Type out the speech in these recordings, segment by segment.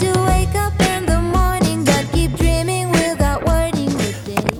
to wake up in the morning, but keep dreaming without wording the day.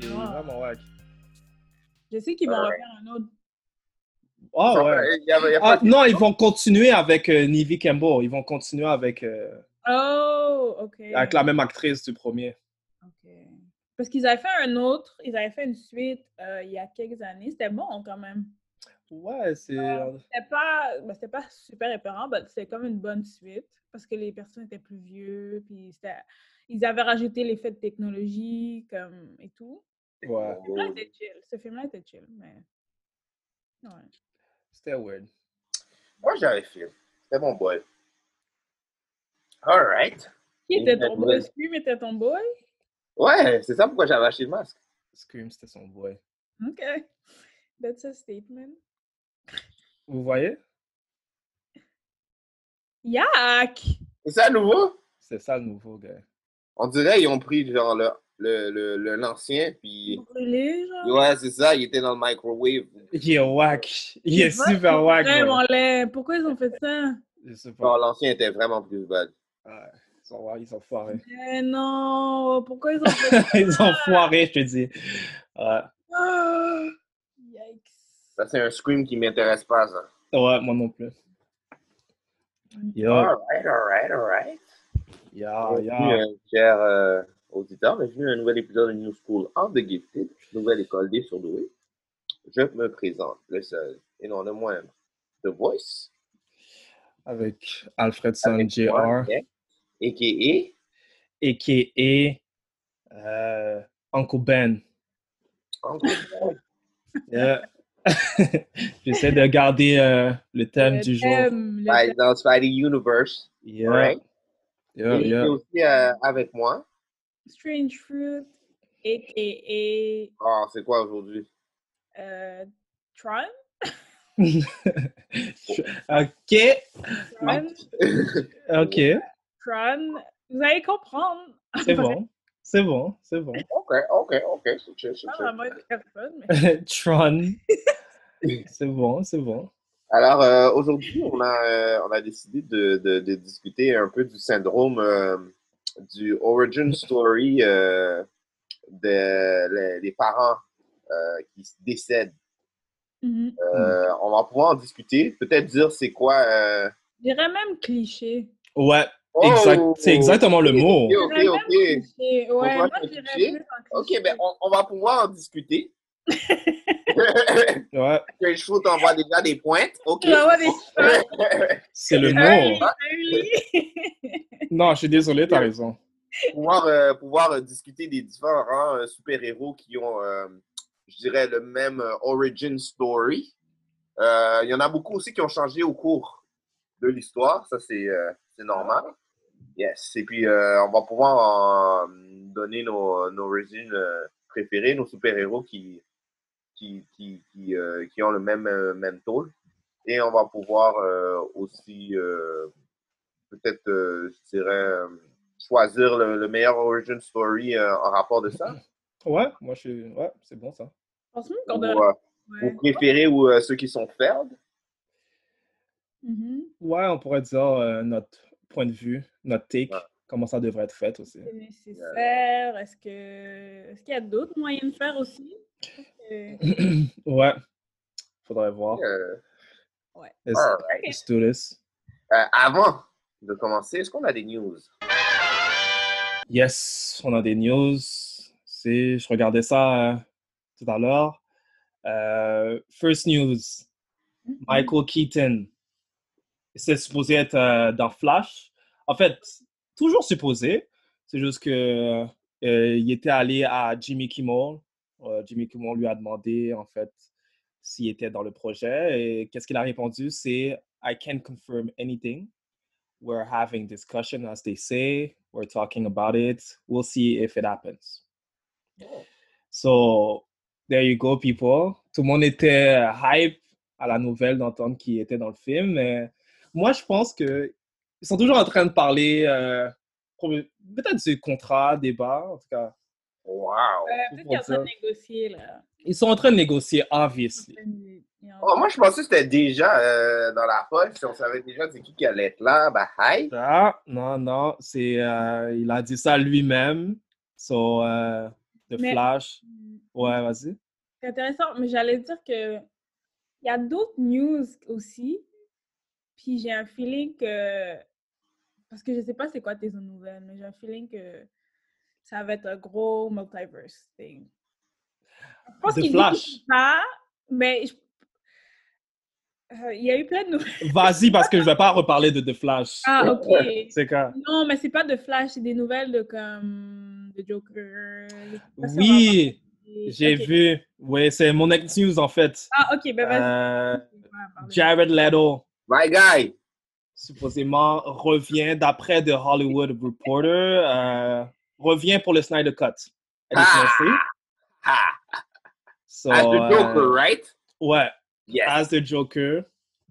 C'est vraiment wack. Je sais qu'ils vont refaire un autre. Ah ouais. Il y a- il y a Ah, pas- non, ils vont continuer avec euh, Nivi Campbell. Ils vont continuer avec, euh, Oh, OK. avec la même actrice du premier. OK. Parce qu'ils avaient fait un autre, ils avaient fait une suite euh, il y a quelques années. C'était bon quand même. Ouais, c'est. euh, C'était pas, ben, c'était pas super épeurant, mais c'était comme une bonne suite parce que les personnes étaient plus vieux, puis c'était- ils avaient rajouté l'effet de technologie comme, et tout. Ouais. Ce film-là était chill. Ce film-là était chill, mais. Ouais. C'était weird. Moi, j'avais fait. C'était mon boy. Alright. Qui Oui, était la ton boy? nouvelle. Scream était ton boy? Ouais, c'est ça pourquoi j'avais acheté le masque. Scream, c'était son boy. OK. That's a statement. Vous voyez? Yak! C'est ça nouveau? C'est ça le nouveau gars. On dirait ils ont pris genre le le- le- le- l'ancien, puis. Brûlé, genre. Ouais, c'est ça, il était dans le microwave. Il est wack. Il est Les votes super sont wack. Vraiment bro. laid. Pourquoi ils ont fait ça? Je sais pas. Genre, l'ancien était vraiment plus bad. Ouais, Ils sont wack, ils sont foirés. Eh non! Pourquoi ils ont fait ça? ils sont foirés, je te dis. Ouais. Ah! Yikes! Ça, c'est un scream qui m'intéresse pas, ça. Ouais, moi non plus. Yo, Alright, alright, alright. yo, Bienvenue, yo. euh, chers euh, auditeurs, bienvenue à un nouvel épisode de New School of the Gifted, nouvelle école des surdoués. Je me présente, le seul, et non le moindre, The Voice. Avec Alfredson moi, Jr. Nick, A.K.A. a.k.a. euh, Uncle Ben. Uncle Yeah. J'essaie de garder euh, le thème Le du jour. thème, le Ben, thème. dans Spidey Universe. Yeah. Right. Yeah, et yeah. il est aussi euh, avec moi. Strange Fruit, a.k.a. Ah, c'est quoi aujourd'hui? euh, Tron. ok, Tron. ok. Tron. Vous allez comprendre. C'est bon. C'est bon, c'est bon. Ok, ok, ok, c'est chill, c'est Pas chill. la bonne personne, mais Tron. C'est bon, c'est bon. Alors, euh, aujourd'hui, on, a, euh, on a décidé de, de- de discuter un peu du syndrome euh, du origin story euh, de- les, les parents euh, qui se décèdent. Mm-hmm. Mhm. Euh, On va pouvoir en discuter, peut-être dire c'est quoi. euh, je dirais même cliché. Ouais, exact- Oh. c'est exactement le mot. Ok, ok, ok. Et On ouais, va moi, te j'irais toucher. plus en Ok, cliché. ben on, on va pouvoir en discuter. Ouais, que les chevaux t'envoient déjà des pointes. Ok. Tu vas avoir des cheveux. c'est le Early, mot. early. Non, je suis désolé, t'as raison. pouvoir, euh, pouvoir euh, discuter des différents euh, super-héros qui ont, euh, je dirais, le même euh, origin story. Euh, Il y en a beaucoup aussi qui ont changé au cours de l'histoire. Ça, c'est euh, c'est normal. Yes. Et puis, euh, on va pouvoir en donner nos, nos origins euh, préférées, nos super-héros qui, qui, qui, qui, euh, qui ont le même, euh, même tôle. Et on va pouvoir euh, aussi, euh, peut-être, euh, je dirais, euh, choisir le, le meilleur origin story euh, en rapport de ça. Ouais, moi, je suis. Ouais, c'est bon ça. Franchement, Ou, quand on euh, ouais. vous préférez ou euh, ceux qui sont faibles? Mhm. Ouais, on pourrait dire euh, notre point de vue, notre take, Ouais. comment ça devrait être fait aussi. C'est nécessaire. Est-ce que est-ce qu'il y a d'autres moyens de faire aussi? Euh, ouais, faudrait voir. Euh, Let's, alright. let's do this. Euh, avant de commencer, est-ce qu'on a des news? Yes, on a des news. C'est, je regardais ça euh, tout à l'heure. Euh, first news, Michael Keaton. C'est supposé être euh, dans Flash. En fait, toujours supposé. C'est juste que euh, il était allé à Jimmy Kimmel. Euh, Jimmy Kimmel lui a demandé en fait s'il était dans le projet et qu'est-ce qu'il a répondu, c'est I can't confirm anything. we're having discussion as they say we're talking about it we'll see if it happens so there you go people tout le monde était euh, hype à la nouvelle d'entendre qui était dans le film mais moi je pense que ils sont toujours en train de parler euh, prob- peut-être du contrat débat en tout cas Wow! ouais, Peut-être qu'il est en train de négocier là. ils sont en train de négocier obviously Il y a un- Oh, moi, je pensais que c'était déjà euh, dans la poche. Si on savait déjà c'est qui qui allait être là, bah, hi! Ah, non non c'est euh, il a dit ça lui-même so euh, The Mais- Flash Mm. ouais vas-y C'est intéressant, mais j'allais dire que il y a d'autres news aussi. Puis j'ai un feeling que parce que je sais pas c'est quoi tes autres nouvelles, mais j'ai un feeling que ça va être un gros multiverse thing. Je pense The qu'il Flash. dit ça, mais je- Euh, il y a eu plein de nouvelles. Vas-y, parce que je vais pas reparler de The Flash. Ah, ok. C'est quoi? Non, mais c'est pas de Flash, c'est des nouvelles de comme de Joker. Je sais pas si on va Oui, parler. j'ai Ok. vu. Oui, c'est mon ex news en fait. Ah, ok, ben vas-y. Euh, on va en parler. Jared Leto My guy! supposément revient d'après The Hollywood Reporter, euh, revient pour le Snyder Cut. Elle est Ah! fiancée. Ha! So, As the Joker, euh, right? ouais, Yes! as the Joker.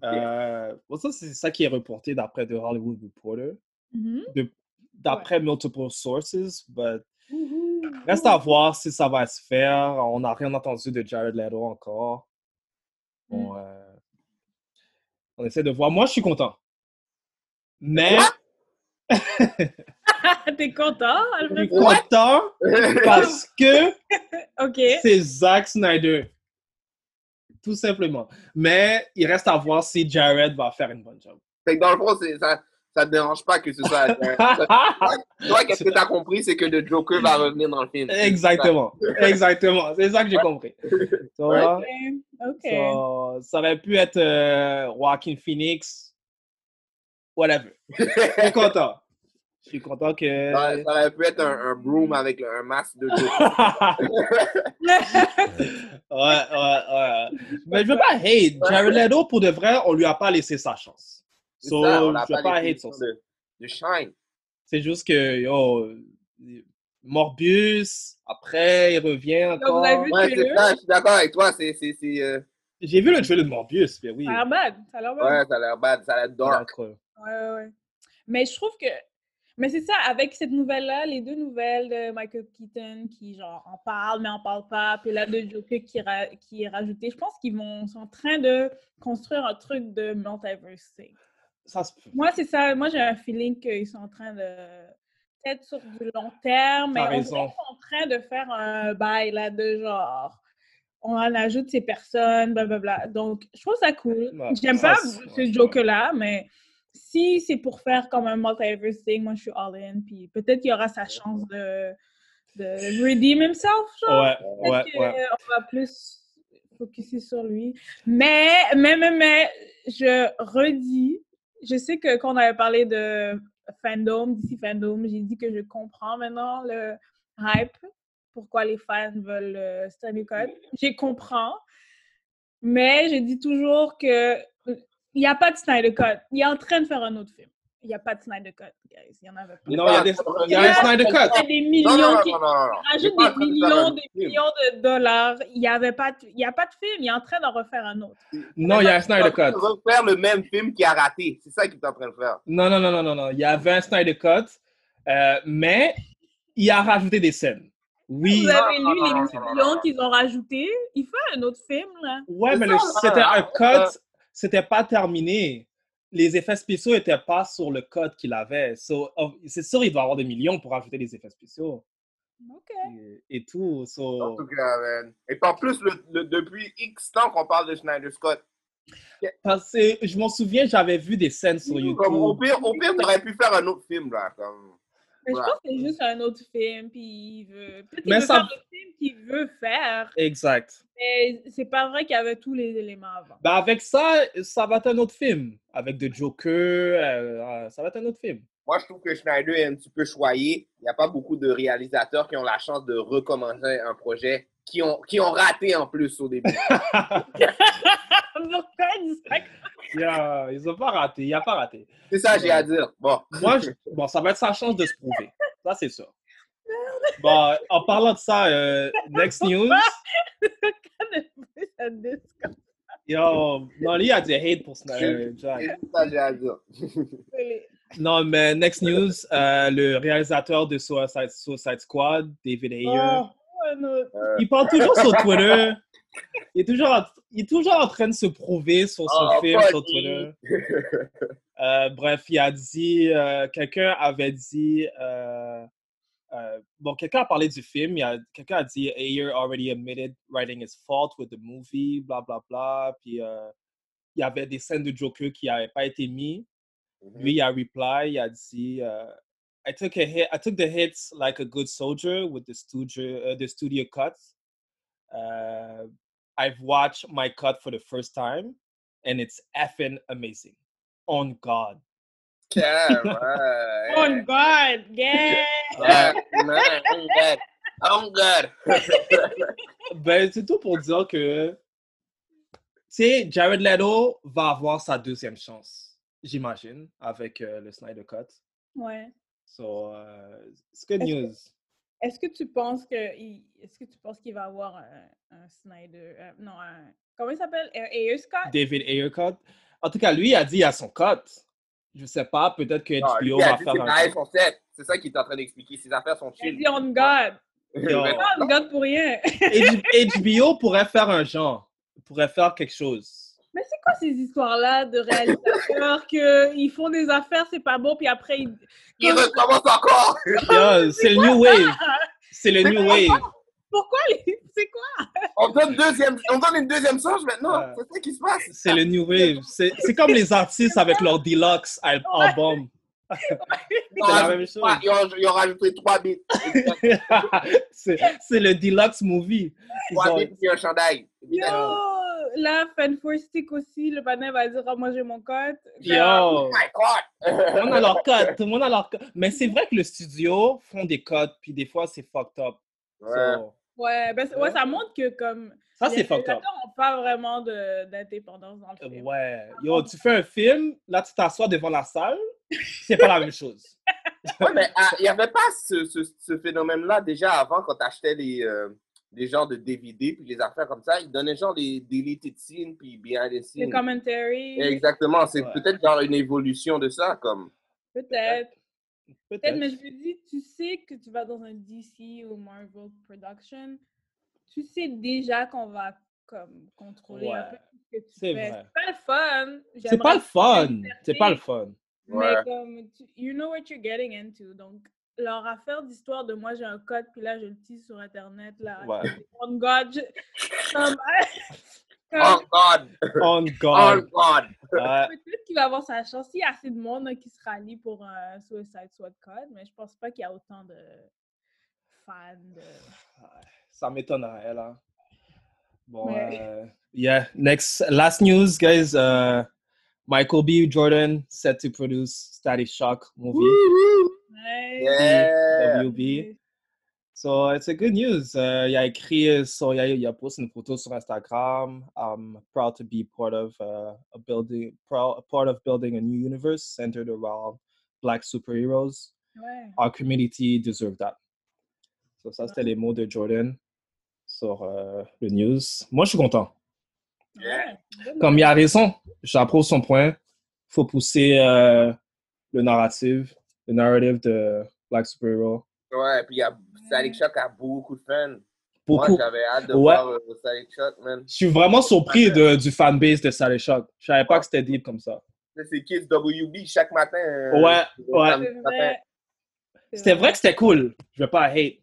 Euh, bon, ça, c'est ça qui est reporté d'après The Hollywood Reporter, Mhm. d'après multiple sources, but Wouhou. Reste à voir si ça va se faire. On n'a rien entendu de Jared Leto encore. Mm. On, euh, on essaie de voir. Moi, je suis content. Mais T'es content, je suis Alfred? content parce que Ok. c'est Zack Snyder. Tout simplement. Mais il reste à voir si Jared va faire une bonne job. Fait que dans le fond, c'est- ça ne te dérange pas que ce soit. euh, Toi, qu'est-ce que t'as compris? C'est que le Joker va revenir dans le film. Exactement. Exactement. C'est ça que j'ai compris. Ça va? Ok. Ok. So, ça aurait pu être euh, Joaquin Phoenix. Whatever. Je suis content. Je suis content que. Ça, ça aurait pu être un, un broom avec un masque de Joker. ouais, ouais, ouais. Mais je veux pas hate. Jared Leto, pour de vrai, on lui a pas laissé sa chance. C'est So, ça, on n'a je veux les pas hate conditions sur ça. de, de Shine. C'est juste que, yo, Morbius, après, il revient encore. vous avez vu- Ouais, c'est Trailer. ça, je suis d'accord avec toi. C'est, c'est, c'est, euh, J'ai vu le trailer de Morbius, mais oui. Ça a l'air bad. Ça a l'air bad. ouais, ça a l'air bad, ça a l'air dark. Ouais, ouais, ouais. Mais je trouve que. Mais c'est ça, avec cette nouvelle-là, les deux nouvelles de Michael Keaton qui, genre, en parle, mais en parle pas, puis là, de Joker qui, ra- qui est rajouté, je pense qu'ils vont sont en train de construire un truc de multiverse. tu sais. Ça se peut. Moi, c'est ça, moi, j'ai un feeling qu'ils sont en train de. Peut-être sur du long terme, mais T'as on dirait raison. qu'ils sont en train de faire un bail, là, de genre. On en ajoute ces personnes, blablabla. Donc, je trouve ça cool. Ouais, J'aime ça, pas c'est- ouais, ce ouais. Joker-là, mais si c'est pour faire comme un multiverse thing, moi je suis all in. Puis peut-être qu'il aura sa chance de, de redeem himself. Genre. Ouais, Peut-être ouais, que, ouais. euh, On va plus focuser sur lui. Mais, mais, mais, mais, je redis, je sais que quand on avait parlé de fandom, d'ici fandom, j'ai dit que je comprends maintenant le hype, pourquoi les fans veulent euh, Stanley Cup. Je comprends. Mais je dis toujours que euh, il n'y a pas de Snyder Cut. Il est en train de faire un autre film. Il n'y a pas de Snyder Cut, guys. Il n'y en avait pas. Non, il y a des, il y a des Snyder Cut. Il y a des millions Non, non, non, qui non, non, non. Il est rajoute pas en des train de faire millions, un des film. millions de dollars. Il n'y avait pas, de- il y a pas de film. Il est en train d'en refaire un autre. Non, il y a un Snyder Il est en train Cut. de refaire le même film qui a raté. C'est ça qu'il est en train de faire. Non, non, non, non, non, non. Il y avait un Snyder Cut, euh, mais il a rajouté des scènes. Oui. Vous avez Ah, lu non, les non, non, non, millions qu'ils ont rajoutés. Il fait un autre film, là. Ouais, C'est mais le- ça, c'était là. un Euh, cut, c'était pas terminé. Les effets spéciaux n'étaient pas sur le code qu'il avait. So, oh, c'est sûr, il doit avoir des millions pour ajouter des effets spéciaux OK. et, euh, et tout. So, En tout cas, man. Et puis en plus, le, le- depuis X temps qu'on parle de Schneider Scott, parce que je m'en souviens, j'avais vu des scènes sur YouTube. comme au pire, au pire, t'aurais pu faire un autre film, là. Comme... Mais je Ouais. pense que c'est juste un autre film. Puis il veut. Peut-être qu'il Mais veut ça- faire le film qu'il veut faire. Exact. Mais c'est pas vrai qu'il y avait tous les éléments avant. Ben, avec ça, ça va être un autre film. Avec The Joker, euh, euh, ça va être un autre film. Moi, je trouve que Schneider est un petit peu choyé. Il n'y a pas beaucoup de réalisateurs qui ont la chance de recommencer un projet qui ont, qui ont raté en plus au début. Pourquoi il dit ça? Il y a- ils ont pas raté, il a pas raté. C'est ça, que j'ai à dire. Bon. Moi, je- bon, ça va être sa chance de se prouver. Ça, c'est sûr. Bon, en parlant de ça, euh, Next News, Ça discute. yo, non, lui, il a du hate pour Sna- euh, C'est Jack. juste ça, que j'ai à dire. Non, mais Next News, euh, le réalisateur de Suicide, Suicide Squad, David Ayer, Oh, un autre. il parle toujours sur Twitter. Il est toujours, en- il est toujours en train de se prouver sur son Oh, film, sur buddy. Twitter. Euh, bref, il a dit, euh, quelqu'un avait dit, euh, euh, bon, quelqu'un a parlé du film, il a- quelqu'un a dit, Ayer already admitted writing his fault with the movie, bla bla bla. Puis euh, il y avait des scènes de Joker qui n'avaient pas été mises. Lui, Mm-hmm. il a reply, il a dit, euh, I took a hit, I took the hits like a good soldier with the studio, uh, the studio cuts. Uh, I've watched my cut for the first time, and it's effing amazing. On God. Damn, Oh, ouais. God! Yeah! Euh, Damn, man, I'm good. I'm good. ben, c'est tout pour dire que, tu sais, Jared Leto va avoir sa deuxième chance, j'imagine, avec euh, le Snyder Cut. Ouais. So, euh, it's good Est-ce que- news. Est-ce que tu penses que il- est-ce que tu penses qu'il va avoir un, un Snyder euh, non un comment il s'appelle un Ayer Scott David Ayer Cut. En tout cas, lui, il a dit à son cut. Je sais pas, peut-être que Non, HBO Ah, lui, il a va dit faire ses un bails sont sept. C'est ça qu'il est en train d'expliquer. Ses affaires sont Il a chill. dit on God Yo. pas on God pour rien H- HBO pourrait faire un genre, pourrait faire quelque chose. mais c'est quoi ces histoires là de réalisateurs que ils font des affaires c'est pas bon puis après ils Il recommence encore. Yo, ah, c'est le New Wave. C'est le New Wave. pourquoi les- c'est quoi On donne, deuxième, on donne une deuxième chance maintenant. Ouais. C'est ça qui se passe. C'est le New Wave. C'est c'est comme les artistes avec leur deluxe al- album. Ils ont, C'est la rajouté même chose. trois- ils ont- ils ont rajouté trois bits. C'est c'est le deluxe movie. Ils Trois ont- bits et un chandail. yo là Fan Stick aussi le panel va dire Ah, moi j'ai mon code Yo. Oh my God. Tout le monde a leur code. Tout le monde a leur code. Mais c'est vrai que le studio font des codes, puis des fois, c'est fucked up. Ouais. So, ouais ben c'est- ouais ça montre que comme ça, les Ah, c'est fucked up. Euh, réalisateurs ont pas vraiment de- d'indépendance dans le film Ouais. Yo, tu fais un film, là, tu t'assois devant la salle, c'est pas la même chose. Ouais, mais ah, il n'y avait pas ce, ce- ce phénomène-là déjà avant quand tu achetais les, euh, les genres de DVD puis les affaires comme ça. Ils donnaient genre des deleted scenes puis behind the les scenes. commentaries Exactement, c'est Ouais. peut-être genre une évolution de ça, comme. peut-être Peut-être, mais Peut-être. je me dis, tu sais que tu vas dans un DC ou Marvel Production, tu sais déjà qu'on va comme contrôler un Ouais. peu tout ce que tu C'est fais. vrai. C'est pas le fun. C'est pas le fun. C'est pas le fun. Mais Ouais. comme, tu- you know what you're getting into. Donc, leur affaire d'histoire de moi, j'ai un code, puis là, je le tisse sur Internet, là. Ouais. On God, je- comme, Ah! On Oh God! On On God. God! Ouais. Peut-être qu'il va avoir sa chance. Il y a assez de monde là, qui se rallie pour un Suicide Squad Code, mais je pense pas qu'il y a autant de fans. De... ça m'étonnerait, là. Bon, Ouais. euh, yeah. Next, last news, guys. Uh, Michael B. Jordan set to produce Static Shock movie. Ouais. Yeah! WB. So, it's a good news. Euh, il a écrit, so, il, a, il a posté une photo sur Instagram. I'm proud to be part of uh, a building, proud, part of building a new universe centered around black superheroes. Ouais. Our community deserve that. So, ça, c'était les mots de Jordan sur euh, le news. Moi, je suis content. Yeah. Ouais. Comme il a raison, j'approuve son point. faut pousser euh, le narratif, le narrative de Black Superhero. Ouais, puis il y a Static Shock a beaucoup de fans. Beaucoup. Moi, j'avais hâte de Ouais. voir euh, Static Shock, man. Je suis vraiment surpris de- du fanbase de Sally Shock. Je savais pas que c'était deep comme ça. Là, C'est Kids WB chaque matin. euh, Ouais, le ouais. C'est samedi matin. vrai. C'était vrai que c'était cool. Je vais pas hate.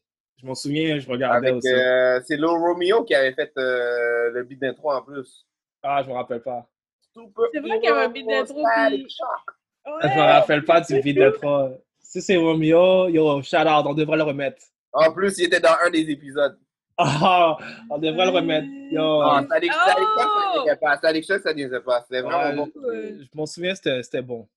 Je m'en souviens, je regardais Avec, aussi. euh, c'est Lil Romeo qui avait fait euh, le beat d'intro en plus. Ah, je me rappelle pas. Super C'est vrai qu'il y avait un beat Hero d'intro, Static puis- Shock. Je me Ouais. rappelle pas du vide d'intro. Si c'est Romeo, yo, shout out, on devrait le remettre. En plus, il était dans un des épisodes. Ah, on devrait le remettre. Yo, Ah, Static Static Shock, ça Oh! n'y pas. Static Shock, ça n'y pas. C'était Ouais, vraiment bon. Cool. je m'en souviens, c'était c'était bon.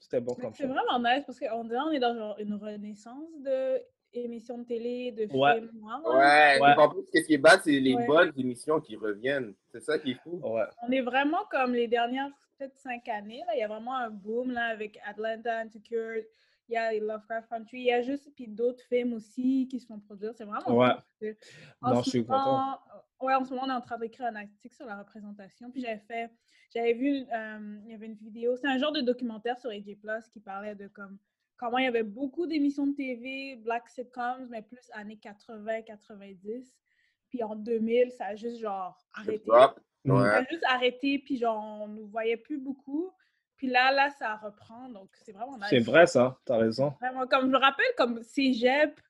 C'était bon comme euh, C'est ça. vraiment nice parce qu'on dirait on est dans genre une renaissance de émissions de télé, de films Ouais. noirs, là. Ouais, Ouais. puis en plus, qu'est-ce qui est bad, c'est les Ouais. bonnes émissions qui reviennent. C'est ça qui est fou. Ouais. On est vraiment comme les dernières peut-être cinq années. Là. Il y a vraiment un boom là, avec Atlanta, Unsecured, il y a Lovecraft Country, il y a juste puis d'autres films aussi qui se font produire. C'est vraiment Ouais. cool. Oh, Non, je suis moment- Ouais, en ce moment, on est en train d'écrire un article sur la représentation. Puis j'avais fait, j'avais vu, euh, il y avait une vidéo, c'est un genre de documentaire sur AJ Plus qui parlait de comme comment il y avait beaucoup d'émissions de TV, black sitcoms, mais plus années 80, 90. Puis en 2000, ça a juste genre Chip arrêté. Drop. Mm. On Ouais. a juste arrêté, puis genre, on nous voyait plus beaucoup. Puis là, là, ça reprend, donc c'est vraiment Oh, nice. C'est vrai, ça. T'as raison. Vraiment, comme je me rappelle, comme cégep,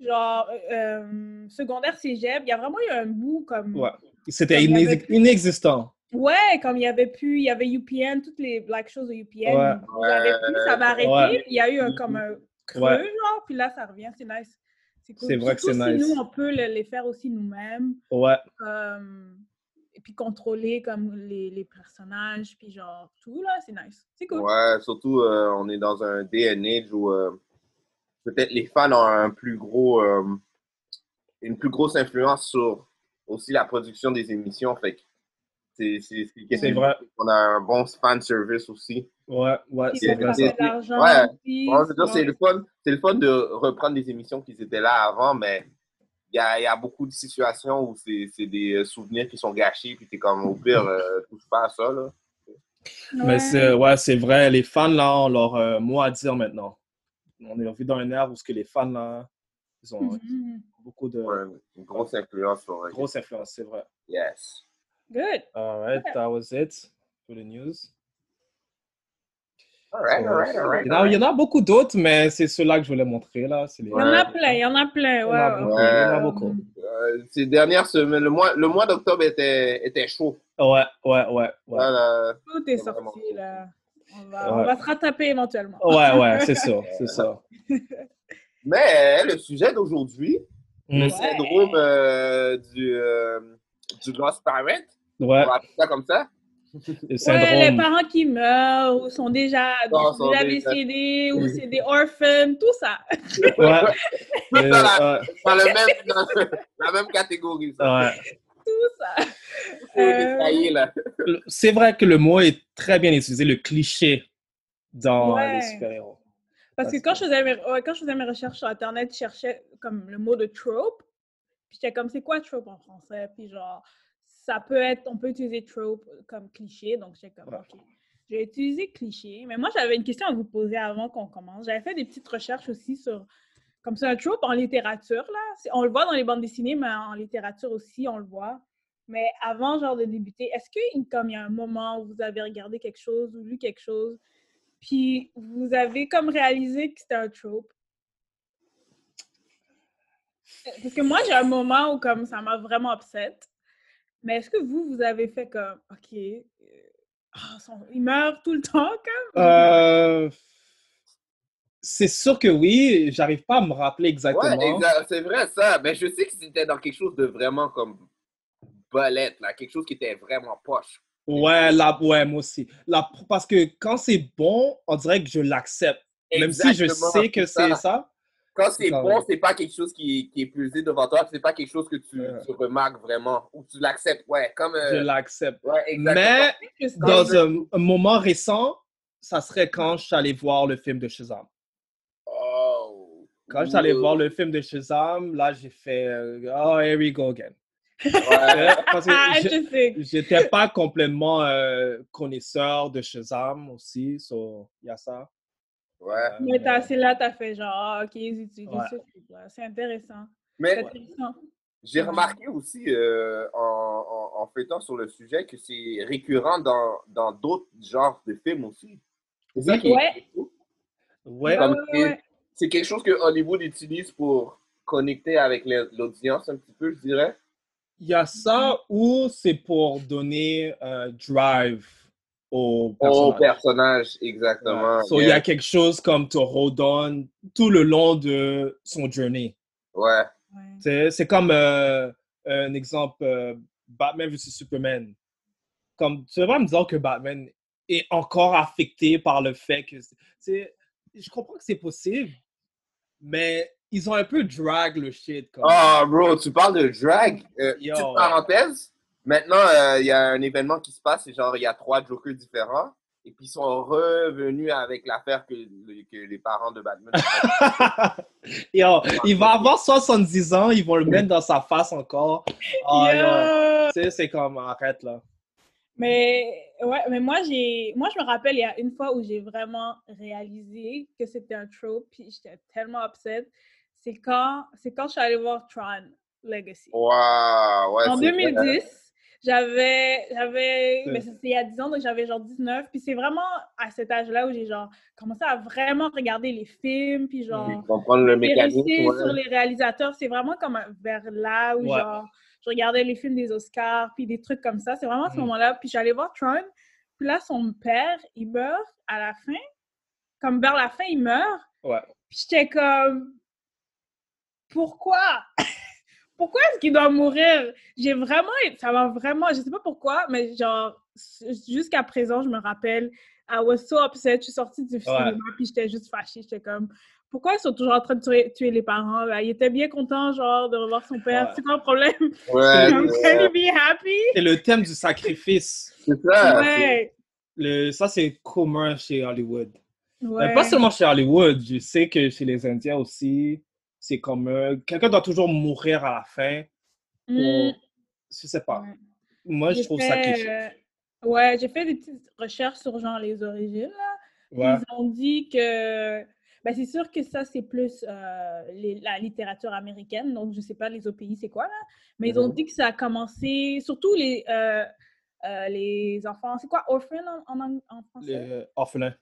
genre, euh, euh, secondaire cégep, il y a vraiment eu un bout comme... Ouais. C'était Comme il y inex- avait- inexistant. Ouais, comme il y avait plus, il y avait UPN, toutes les black shows de UPN, Ouais. il y avait plus, ça va arrêter. Ouais. Mm, Il y a eu un, comme un creux, Ouais. genre, puis là, ça revient, c'est nice. cool. C'est vrai que Surtout c'est si nice. nous, on peut le- les faire aussi nous-mêmes. Ouais. comme, et puis contrôler comme les, les personnages, puis genre tout, là, c'est nice. C'est cool. Ouais, surtout, euh, on est dans un day and age où euh, peut-être les fans ont un plus gros, euh, une plus grosse influence sur aussi la production des émissions. Fait que c'est- c'est c'est- C'est vrai. On a un bon fan service aussi. Ouais, ouais, Puis c'est ils vont vrai. faire ça. de l'argent Ouais. aussi, Bon, je veux dire, souvent. c'est le fun, c'est le fun de reprendre des émissions qui étaient là avant, mais il y a, il y a beaucoup de situations où c'est c'est des euh, souvenirs qui sont gâchés, puis t'es comme au pire, euh, touche pas à ça là. Mais c'est euh, ouais, c'est vrai. Les fans, là, ont leur euh, mot à dire maintenant. On est vit dans une ère où ce que les fans, là, ils ont Mhm. beaucoup de Ouais, une grosse influence sur. euh, grosses influences, c'est vrai. Yes. Good. All right, that was it for the news. Euh, All right, all right, all right. Il y en a- il y en a beaucoup d'autres, mais c'est ceux-là que je voulais montrer, là. c'est Les... Il y en a plein, il y en a plein, Il y en ouais. a ouais. beaucoup, il y en a beaucoup. Euh, ces dernières semaines, le mois, le mois d'octobre était, était chaud. Euh, Ouais, ouais, ouais. Ouais, Là, là, Tout est C'est vraiment sorti, cool. là. On va, on Ouais. Oh, va se rattraper éventuellement. ouais, ouais c'est ça, c'est ça. Mais le sujet d'aujourd'hui, Mm. le syndrome euh, du, euh, du lost parent, Ouais, on va appeler ça comme ça. le Ouais, les syndrome. parents qui meurent ou sont déjà, Non, sont sont déjà déjà- décédés ou c'est des orphans, tout ça. Ouais. Euh, Voilà. ouais. Dans, le même, dans le- la même catégorie. Ça. Ouais. Tout ça. Faut Euh, détailler, là. Le- C'est vrai que le mot est très bien utilisé, le cliché dans Ouais. les super-héros. Parce que Parce quand que- je, faisais mes, ouais, quand je faisais mes recherches sur Internet, je cherchais comme le mot de trope. Puis j'étais comme, c'est quoi trope en français? Puis genre, ça peut être, on peut utiliser trope euh, comme cliché. Donc j'étais comme, Ouais. OK. J'ai utilisé cliché. Mais moi, j'avais une question à vous poser avant qu'on commence. J'avais fait des petites recherches aussi sur, comme ça, un trope en littérature, là. C'est- On le voit dans les bandes dessinées, mais en littérature aussi, on le voit. Mais avant, genre, de débuter, est-ce que comme il y a un moment où vous avez regardé quelque chose ou lu quelque chose, puis vous avez comme réalisé que c'était un trope? Parce que moi, j'ai un moment où comme ça m'a vraiment upset. Mais est-ce que vous, vous avez fait comme, OK, euh, ah, son- il meurt tout le temps, comme? Euh, c'est sûr que oui, j'arrive pas à me rappeler exactement. Ouais, exa- c'est vrai ça. Mais je sais que c'était dans quelque chose de vraiment comme bolette, là. Quelque chose qui était vraiment poche. Ouais, la, ouais, moi aussi. La, parce que quand c'est bon, on dirait que je l'accepte. Même si je Exactement, sais que c'est ça. c'est ça. Quand c'est C'est ça, bon, Ah ouais. c'est pas quelque chose qui, qui est pesé devant toi, puis c'est pas quelque chose que tu, Ouais. tu remarques vraiment ou tu l'acceptes. Ouais, comme. euh, Je l'accepte. ouais, exactement. Mais Que c'est- Quand dans je- un, un moment récent, ça serait quand je suis allé voir le film de Shazam. Oh. Quand je suis allé Ouh. voir le film de Shazam, là, j'ai fait euh, Oh, here we go again. Ouais. Euh, Parce que Ah, je- je sais. j'étais pas complètement euh, connaisseur de Shazam aussi, so, il y a ça. ouais. Euh, Mais t'as- c'est là, t'as fait genre, ah, OK, ils utilisent Ouais. ce truc-là. C'est intéressant. C'est Mais intéressant. j'ai remarqué aussi euh, en, en, en feuilletant sur le sujet que c'est récurrent dans dans d'autres genres de films aussi. C'est ça qui est- Ouais. ouais, Ouais, Comme ouais, c'est- ouais. C'est quelque chose que Hollywood utilise pour connecter avec les- l'audience un petit peu, je dirais. Il y a ça où c'est pour donner un drive au Au personnage. personnage, exactement. Ouais. So, Il y a quelque chose comme te redonne tout le long de son journey. Ouais. Ouais. C'est c'est comme euh, un exemple euh, Batman vs Superman. Comme tu vas pas me dire que Batman est encore affecté par le fait que c'est- c'est- je comprends que c'est possible, mais ils ont un peu drag le shit. Comme. Oh, bro, tu parles de drag. Euh, Yo. Petite parenthèse. Maintenant, euh, il y a un événement qui se passe, c'est genre, il y a trois Jokers différents. Et puis, ils sont revenus avec l'affaire que, que les parents de Batman. Yo, il va avoir 70 ans, ils vont le mettre dans sa face encore. Oh, Ah, Yo! yo. Tu sais, c'est comme arrête là. Mais, ouais, mais moi, j'ai, moi, je me rappelle, il y a une fois où j'ai vraiment réalisé que c'était un trope, puis j'étais tellement upset. C'est quand, c'est quand je suis allée voir Tron Legacy. Waouh, ouais. en c'est vrai. 2010, j'avais, j'avais, Ouais. mais ça, c'était il y a 10 ans, donc j'avais genre 19. Puis c'est vraiment à cet âge-là où j'ai genre commencé à vraiment regarder les films, puis genre Oui, Comprendre le mécanisme. vérifier ouais. sur les réalisateurs. C'est vraiment comme un- vers là où Ouais. genre, je regardais les films des Oscars, puis des trucs comme ça. C'est vraiment à ce Mhm. moment-là. Puis j'allais voir Tron. Puis là, son père, il meurt à la fin. Comme vers la fin, il meurt. Ouais. Puis j'étais comme, pourquoi? pourquoi est-ce qu'il doit mourir? J'ai vraiment, ça m'a vraiment, je sais pas pourquoi, mais genre, jusqu'à présent, je me rappelle, I was so upset, je suis sortie du cinéma, puis j'étais juste fâchée, j'étais comme, pourquoi ils sont toujours en train de tuer, tuer les parents, là? Il était bien content, genre, de revoir son père, Ouais. c'est quoi le problème? Ouais, Comme, c'est Can ça. you be happy? C'est le thème du sacrifice. C'est ça. c'est- ouais, Le, ça, c'est commun chez Hollywood. Mais ouais. Ben, Pas seulement chez Hollywood, je sais que chez les Indiens aussi, c'est commun. Quelqu'un doit toujours mourir à la fin. Mm. Ou, je sais pas. Ouais. Moi, je J'ai trouve ça fait, cliché. euh, ouais, j'ai fait des petites recherches sur genre les origines. là. Ouais. Ils ont dit que, ben, c'est sûr que ça c'est plus euh, les- la littérature américaine, donc je sais pas les autres pays c'est quoi là, mais ils ont dit que ça a commencé surtout les euh, euh, les enfants, c'est quoi orphan en, en ang- en français? Le orphelin.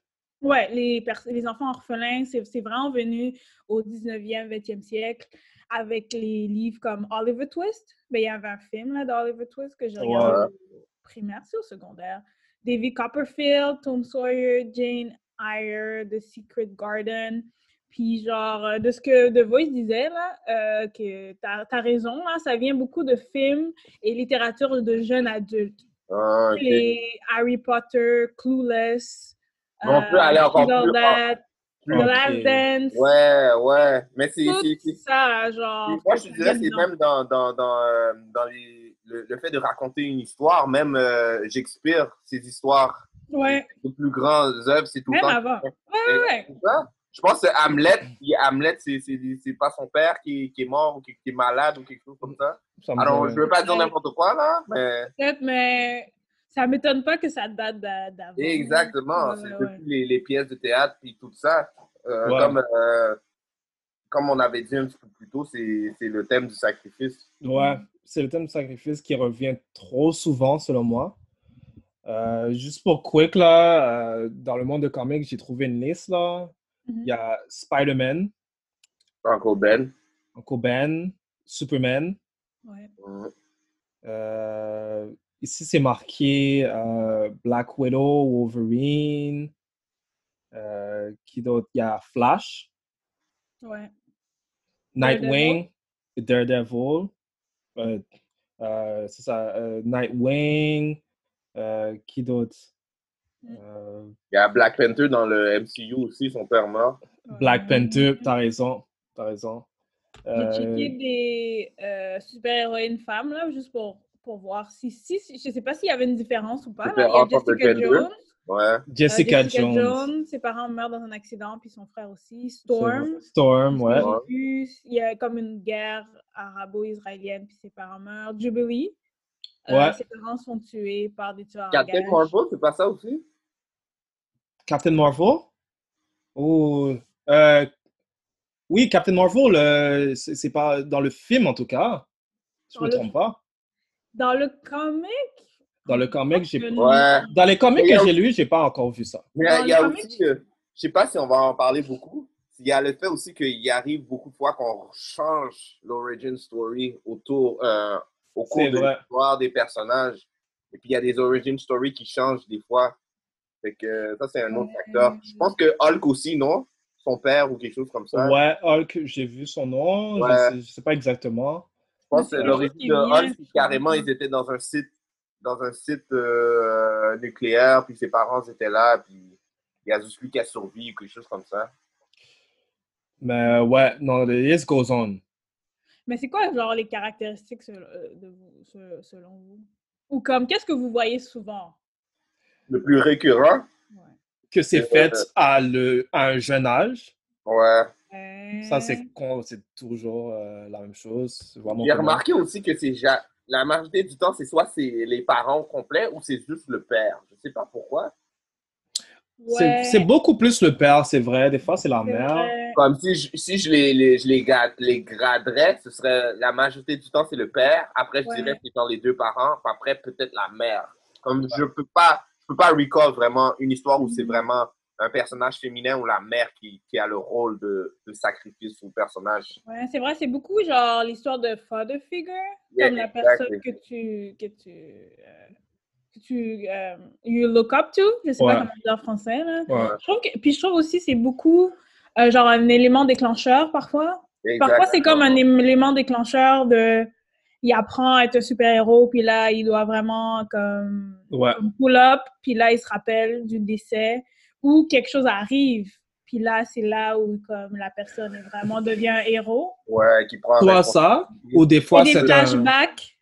Ouais, les, pers- les enfants orphelins, c'est c'est vraiment venu au 19e, 20e siècle avec les livres comme Oliver Twist. Ben, il y avait un film là, d'Oliver Twist que j'ai regardé au primaire, c'est au secondaire. David Copperfield, Tom Sawyer, Jane Eyre, The Secret Garden. Puis genre, euh, de ce que The Voice disait, là, euh, que t'as as raison, là, ça vient beaucoup de films et littérature de jeunes adultes. Ah, ok. Les Harry Potter, Clueless. On peut aller encore Kill All plus en- That, Ok. The Last Dance. Ouais, ouais. Mais c'est. c'est- Tout c'est- ça, genre. Moi, je te dirais, c'est dedans. même dans, dans, dans, euh, dans les- le, le fait de raconter une histoire, même euh, Shakespeare, ses histoires, Ouais, les plus grandes œuvres, c'est tout le même temps. avant. Ouais, ouais, tout ça. Je pense que Hamlet, il- Hamlet, c'est- c'est c'est pas son père qui, qui est mort ou qui, qui est malade ou quelque chose comme ça. Ça me Alors, dit- je veux pas dire Ouais. n'importe quoi, là, mais peut-être, mais ça m'étonne pas que ça date d'a- d'avant. hein. exactement. Ouais, C'est ouais. depuis les, les pièces de théâtre et tout ça. Euh, Ouais. comme, euh, comme on avait dit un petit peu plus tôt, c'est c'est le thème du sacrifice. Ouais, c'est le thème du sacrifice qui revient trop souvent, selon moi. Euh, juste pour quick, là, euh, dans le monde de comics, j'ai trouvé une liste, là. Mhm. Il y a Spider-Man, Uncle Ben. Uncle Ben, Superman, Ouais. Mm. Euh, ici, c'est marqué euh, Black Widow, Wolverine. euh, qui d'autre? Il y a Flash, Ouais. Nightwing, Daredevil. Euh, euh, c'est ça, euh, Nightwing. euh, qui d'autre? Euh, Il y a Black Panther dans le MCU aussi, son père mort. Black Panther, t'as raison. T'as raison. J'ai Euh, checké des euh, super-héroïnes femmes, là, juste pour, pour voir si, si, si- Je sais pas s'il y avait une différence ou pas. là. C'était Il y a Off of the Jessica Gender. Jones. Ouais. euh, Jessica, Jones. Ses parents meurent dans un accident, puis son frère aussi. Storm. Storm, ouais. J'ai vu, il y a comme une guerre arabo-israélienne, puis ses parents meurent. Jubilee. euh, Ouais. ses parents sont tués par des tueurs à Captain gages. Marvel, c'est pas ça aussi? Captain Marvel? Ou. euh, oui, Captain Marvel, euh, c'est c'est pas dans le film en tout cas. Je Dans me le- trompe pas. Dans le comic, Dans le comic, j'ai. le- Ouais. Dans les comics Il y a que j'ai lu, j'ai pas encore vu ça. Mais Dans il y a le comic, aussi, euh, je sais pas si on va en parler beaucoup, il y a le fait aussi qu'il arrive beaucoup de fois qu'on change l'origin story autour, euh, au cours C'est de vrai. l'histoire des personnages. Et puis il y a des origin story qui changent des fois. Fait que euh, ça, c'est un autre facteur. Je pense que Hulk aussi, non? Son père ou quelque chose comme ça. Ouais, Hulk, j'ai vu son nom, je, Ouais. sais, je sais pas exactement. Je pense que C'est l'origine de quelque chose qui Hulk, vient, c'est carrément, ils étaient dans un site, dans un site euh, nucléaire, puis ses parents étaient là, puis il y a juste lui qui a survécu ou quelque chose comme ça. Mais ouais, non, the list goes on. Mais c'est quoi, genre, les caractéristiques sel- euh, de vous- se- selon vous? Ou comme, qu'est-ce que vous voyez souvent? Le plus récurrent, Que c'est C'est fait vrai. à, le, à un jeune âge, ouais. ça Euh, c'est con- c'est toujours euh, la même chose. c'est Vraiment J'ai commun. remarqué aussi que c'est ja- la majorité du temps, c'est soit c'est les parents complets ou c'est juste le père. Je sais pas pourquoi. C'est Euh, ouais, c'est beaucoup plus le père, c'est vrai. Des fois, c'est la c'est mère. vrai. Comme si je, si je les, les, je les, ga- les graderais, ce serait la majorité du temps, c'est le père. Après, je Ouais. dirais que c'est dans les deux parents. Puis après, peut-être la mère. Comme je peux pas, je peux pas recall vraiment une histoire où c'est Mhm. vraiment un personnage féminin ou la mère qui, qui a le rôle de, de sacrifice ou personnage. Ouais, c'est vrai, c'est beaucoup, genre, l'histoire de father figure, Yeah, comme la exactly. personne que tu, que tu, euh, que tu, euh, you look up to, je sais Ouais. pas comment dire en français, là. Ouais. Je trouve que- puis je trouve aussi, c'est beaucoup, euh, genre, un élément déclencheur, parfois. Parfois, c'est comme un élément déclencheur de. Il apprend à être un super-héros, puis là, il doit vraiment comme Ouais. comme pull-up, puis là, il se rappelle du décès, ou quelque chose arrive, puis là, c'est là où comme la personne est vraiment devient un héros. Ouais, qui prend. Soit responsabilité. ça, ou des fois, Et des c'est un. flashbacks. aussi.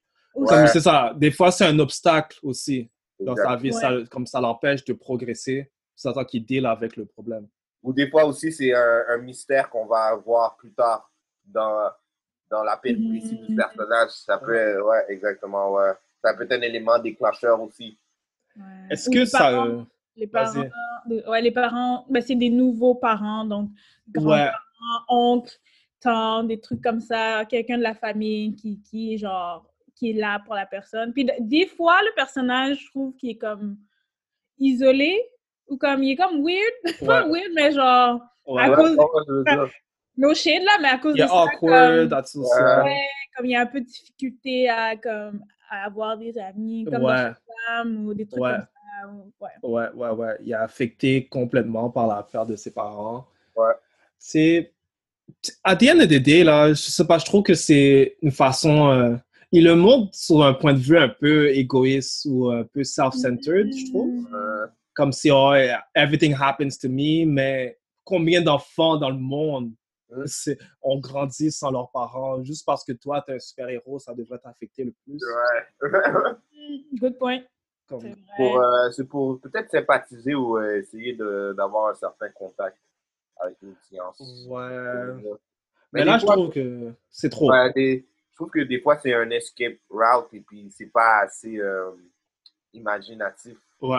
comme Ouais. C'est ça. Des fois, c'est un obstacle aussi dans Exact. sa vie. ça- comme ça l'empêche de progresser. C'est ça qui deal avec le problème. Ou des fois aussi, c'est un, un mystère qu'on va avoir plus tard dans, dans la péripétie du Mhm. personnage. Ça peut, être- ouais, exactement, ouais. Ça peut être un élément déclencheur aussi. Ouais. Est-ce Ou que les ça. parents- euh, Les vas-y. parents, de- ouais, les parents, ben, c'est des nouveaux parents, donc Ouais, grands-parents, oncles, tantes, des trucs comme ça, quelqu'un de la famille qui, qui est genre, qui est là pour la personne. Puis de- des fois, le personnage, je trouve qu'il est comme isolé ou comme, il est comme weird, ouais. pas weird, mais genre, ouais. À Ouais, cause- je vois ce que Oh, je veux dire. no shade là, mais à cause Il est de ça, awkward, comme, that's ça. euh, ouais, comme il y a un peu de difficulté à, comme, à avoir des amis, comme dans Ouais, Shazam, ou des trucs Ouais. comme ça. ou- ouais. ouais, ouais, ouais. Il est affecté complètement par l'affaire de ses parents. Ouais. C'est. À the end of the day, là, je sais pas, je trouve que c'est une façon. euh, il le montre sur un point de vue un peu égoïste ou un peu self-centered, je trouve. Euh, Comme si, oh, everything happens to me, mais combien d'enfants dans le monde Mm. c'est- ont grandi sans leurs parents juste parce que toi, t'es un super-héros, ça devrait t'affecter le plus. ouais. Mm, Good point. Comme- C'est pour, vrai. euh, c'est pour peut-être sympathiser ou euh, essayer de- d'avoir un certain contact avec une science. Euh, Ouais. Mais Mais, là, des je fois- trouve que c'est trop. Ouais, des- je trouve que des fois, c'est un escape route et puis c'est pas assez euh, imaginatif. Ouais.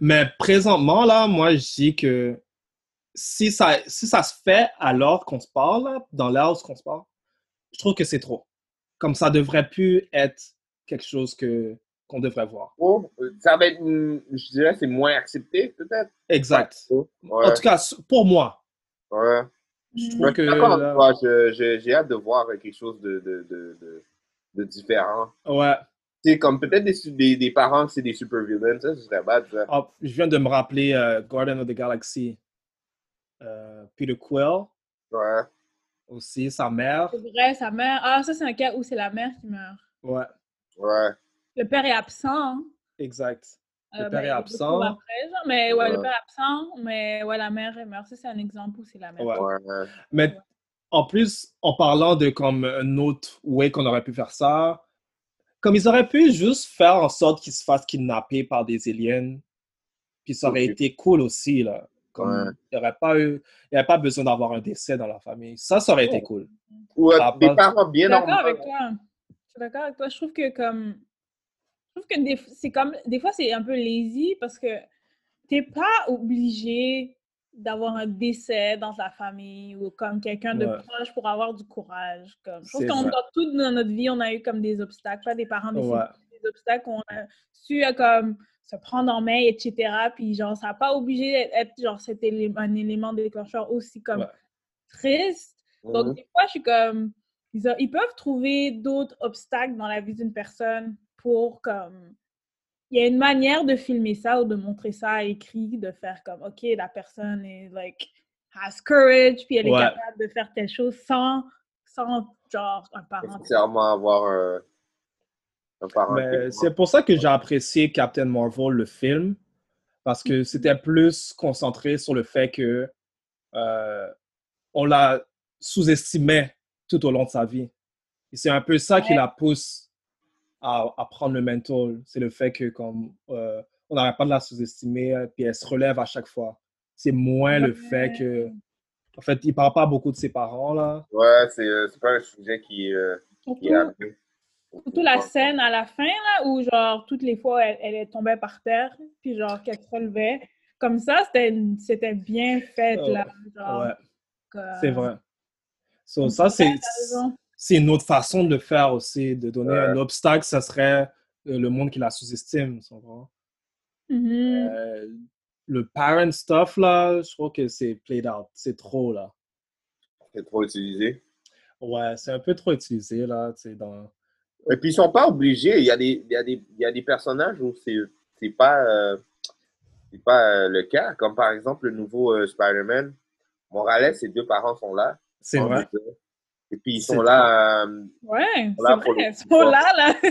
Mais présentement, là, moi, je dis que si ça, si ça se fait à l'heure qu'on se parle, là, dans l'heure où qu'on se parle, je trouve que c'est trop. Comme ça devrait plus être quelque chose que qu'on devrait voir. Oh, euh, ça va être, une- je dirais, c'est moins accepté, peut-être. Exact. Ouais. En tout cas, pour moi, ouais. je Mm. trouve Je que... suis d'accord avec là, toi. Je- je- J'ai hâte de voir quelque chose de, de, de, de, de différent. ouais. C'est comme peut-être des, su- des, des parents, c'est des super villains, ça, ce serait bad, ça. Ah, je viens de me rappeler euh, Guardian of the Galaxy. Euh, Peter Quill Ouais. aussi, sa mère. C'est vrai, sa mère. Ah, ça, c'est un cas où c'est la mère qui meurt. Ouais, Ouais. Le père est absent. hein. exact. Le Euh, père est ben, il le absent. retrouve après, genre, mais ouais, le Ouais. père est absent, mais ouais, la mère elle meurt. Ça, c'est un exemple où c'est la mère. Ouais. Ouais. Mais en plus, en parlant de comme un autre way qu'on aurait pu faire ça, comme ils auraient pu juste faire en sorte qu'ils se fassent kidnapper par des aliens, puis ça aurait Ok. été cool aussi, là. Comme Ouais. il n'y aurait pas eu, il y aurait pas besoin d'avoir un décès dans la famille. Ça, ça aurait été Ouais. cool. Ou euh, Ah, des bah. parents bien Je suis d'accord normaux. avec toi. Je suis d'accord avec toi. Je trouve que comme. Je trouve que des, f- c'est comme, des fois, c'est un peu lazy parce que t'es pas obligé d'avoir un décès dans ta famille ou comme quelqu'un de Ouais. proche pour avoir du courage. Comme. Je trouve C'est qu'on vrai. dans toute no- notre vie, on a eu comme des obstacles, pas des parents, mais c'est Ouais. des obstacles qu'on a su euh, comme se prendre en main, etc. Puis genre, ça n'a pas obligé d'être genre cet élé- un élément déclencheur aussi comme Ouais. triste. Donc, Mhm. des fois, je suis comme. Ils, a- ils peuvent trouver d'autres obstacles dans la vie d'une personne pour comme. Il y a une manière de filmer ça ou de montrer ça à écrit, de faire comme, OK, la personne est, like, has courage, puis elle Ouais. est capable de faire telle chose sans, sans genre, un parent. Mm-hmm. Nécessairement avoir un, un Ah, parent. Mais qui- Ben, c'est pour ça que j'ai apprécié Captain Marvel, le film, parce que Mhm. c'était plus concentré sur le fait que euh, on la sous-estimait tout au long de sa vie. Et c'est un peu ça qui Ouais. la pousse à, à prendre le mental. C'est le fait que comme euh, on n'arrête pas de la sous-estimer, euh, puis elle se relève à chaque fois. C'est moins le fait que, en fait, il parle pas beaucoup de ses parents là. Ouais, c'est euh, c'est pas un sujet qui, euh, qui est Surtout, amené. surtout la scène à la fin, là, où, genre, toutes les fois, elle, elle tombait par terre, puis, genre, qu'elle se relevait. Comme ça, c'était une- c'était bien fait, Oh, là. Genre, Ouais, comme- c'est vrai. So, Ah. comme ça c'est raison. c'est une autre façon de le faire aussi, de donner Ouais. un obstacle, ça serait euh, le monde qui la sous-estime, tu comprends? Mhm. Euh, le parent stuff, là, je trouve que c'est played out. C'est trop, là. C'est trop utilisé. Ouais, c'est un peu trop utilisé, là, tu sais, dans... Et puis, ils sont pas obligés. Il y a des, il y a des, il y a des personnages où c'est c'est pas, euh, c'est pas euh, le cas. Comme par exemple, le nouveau euh, Spider-Man. Morales, ses deux parents sont là. C'est En vrai. deux. Et puis, ils C'est sont là. euh, Ouais, c'est Là, pour vrai. le Ils coup, sont ouais. là, là. ouais,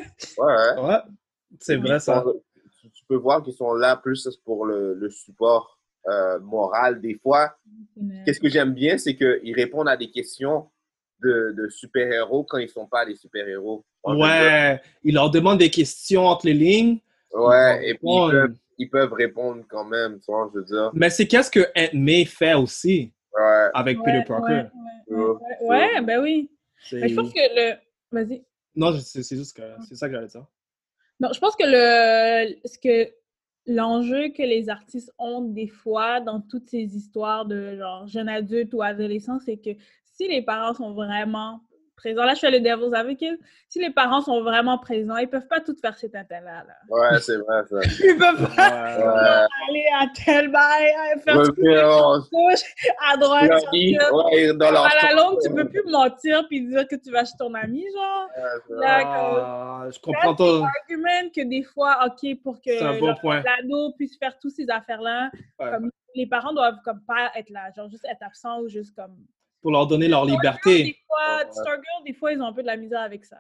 ouais. Ouais, c'est vrai, Ils ça. sont- tu, tu peux voir qu'ils sont là plus pour le, le support euh, moral. Des fois, qu'est-ce que j'aime bien, c'est qu'ils répondent à des questions de, de super-héros quand ils sont pas des super-héros. En fait, Ouais, il leur demande des questions entre les lignes. euh, Ouais, et puis ils Bon, peuvent, ils peuvent répondre quand même, tu vois, je veux dire. Mais c'est qu'est-ce que Aunt May fait aussi Ouais, avec Ouais, Peter ouais, Parker. ouais, ouais, ouais. Ouais, ben oui. C'est- Mais je pense que le. Vas-y. Non, je- c'est c'est juste que... C'est ça que j'allais dire. Non, je pense que le. Ce que. L'enjeu que les artistes ont des fois dans toutes ces histoires de genre jeune adulte ou adolescent, c'est que si les parents sont vraiment présents, là je fais le devil's advocate, si les parents sont vraiment présents, ils peuvent pas tout faire cet internet là. ouais, c'est vrai, ça. Ils peuvent pas Ouais. aller à tel bail, à faire tout Revenons, gauche, à droite, sur Fleury, ouais, dans leur euh. à la longue, tu Ouais, peux plus mentir puis dire que tu vas chez ton ami, genre. c'est vrai. Là, Ah, je comprends ton... argument que des fois, OK, pour que C'est un bon leur- point. l'ado puisse faire toutes ces affaires-là, Ouais. comme les parents doivent comme pas être là, genre juste être absents ou juste comme... Pour leur donner leur Des liberté. fois, Stargirl, des fois, ils ont un peu de la misère avec ça.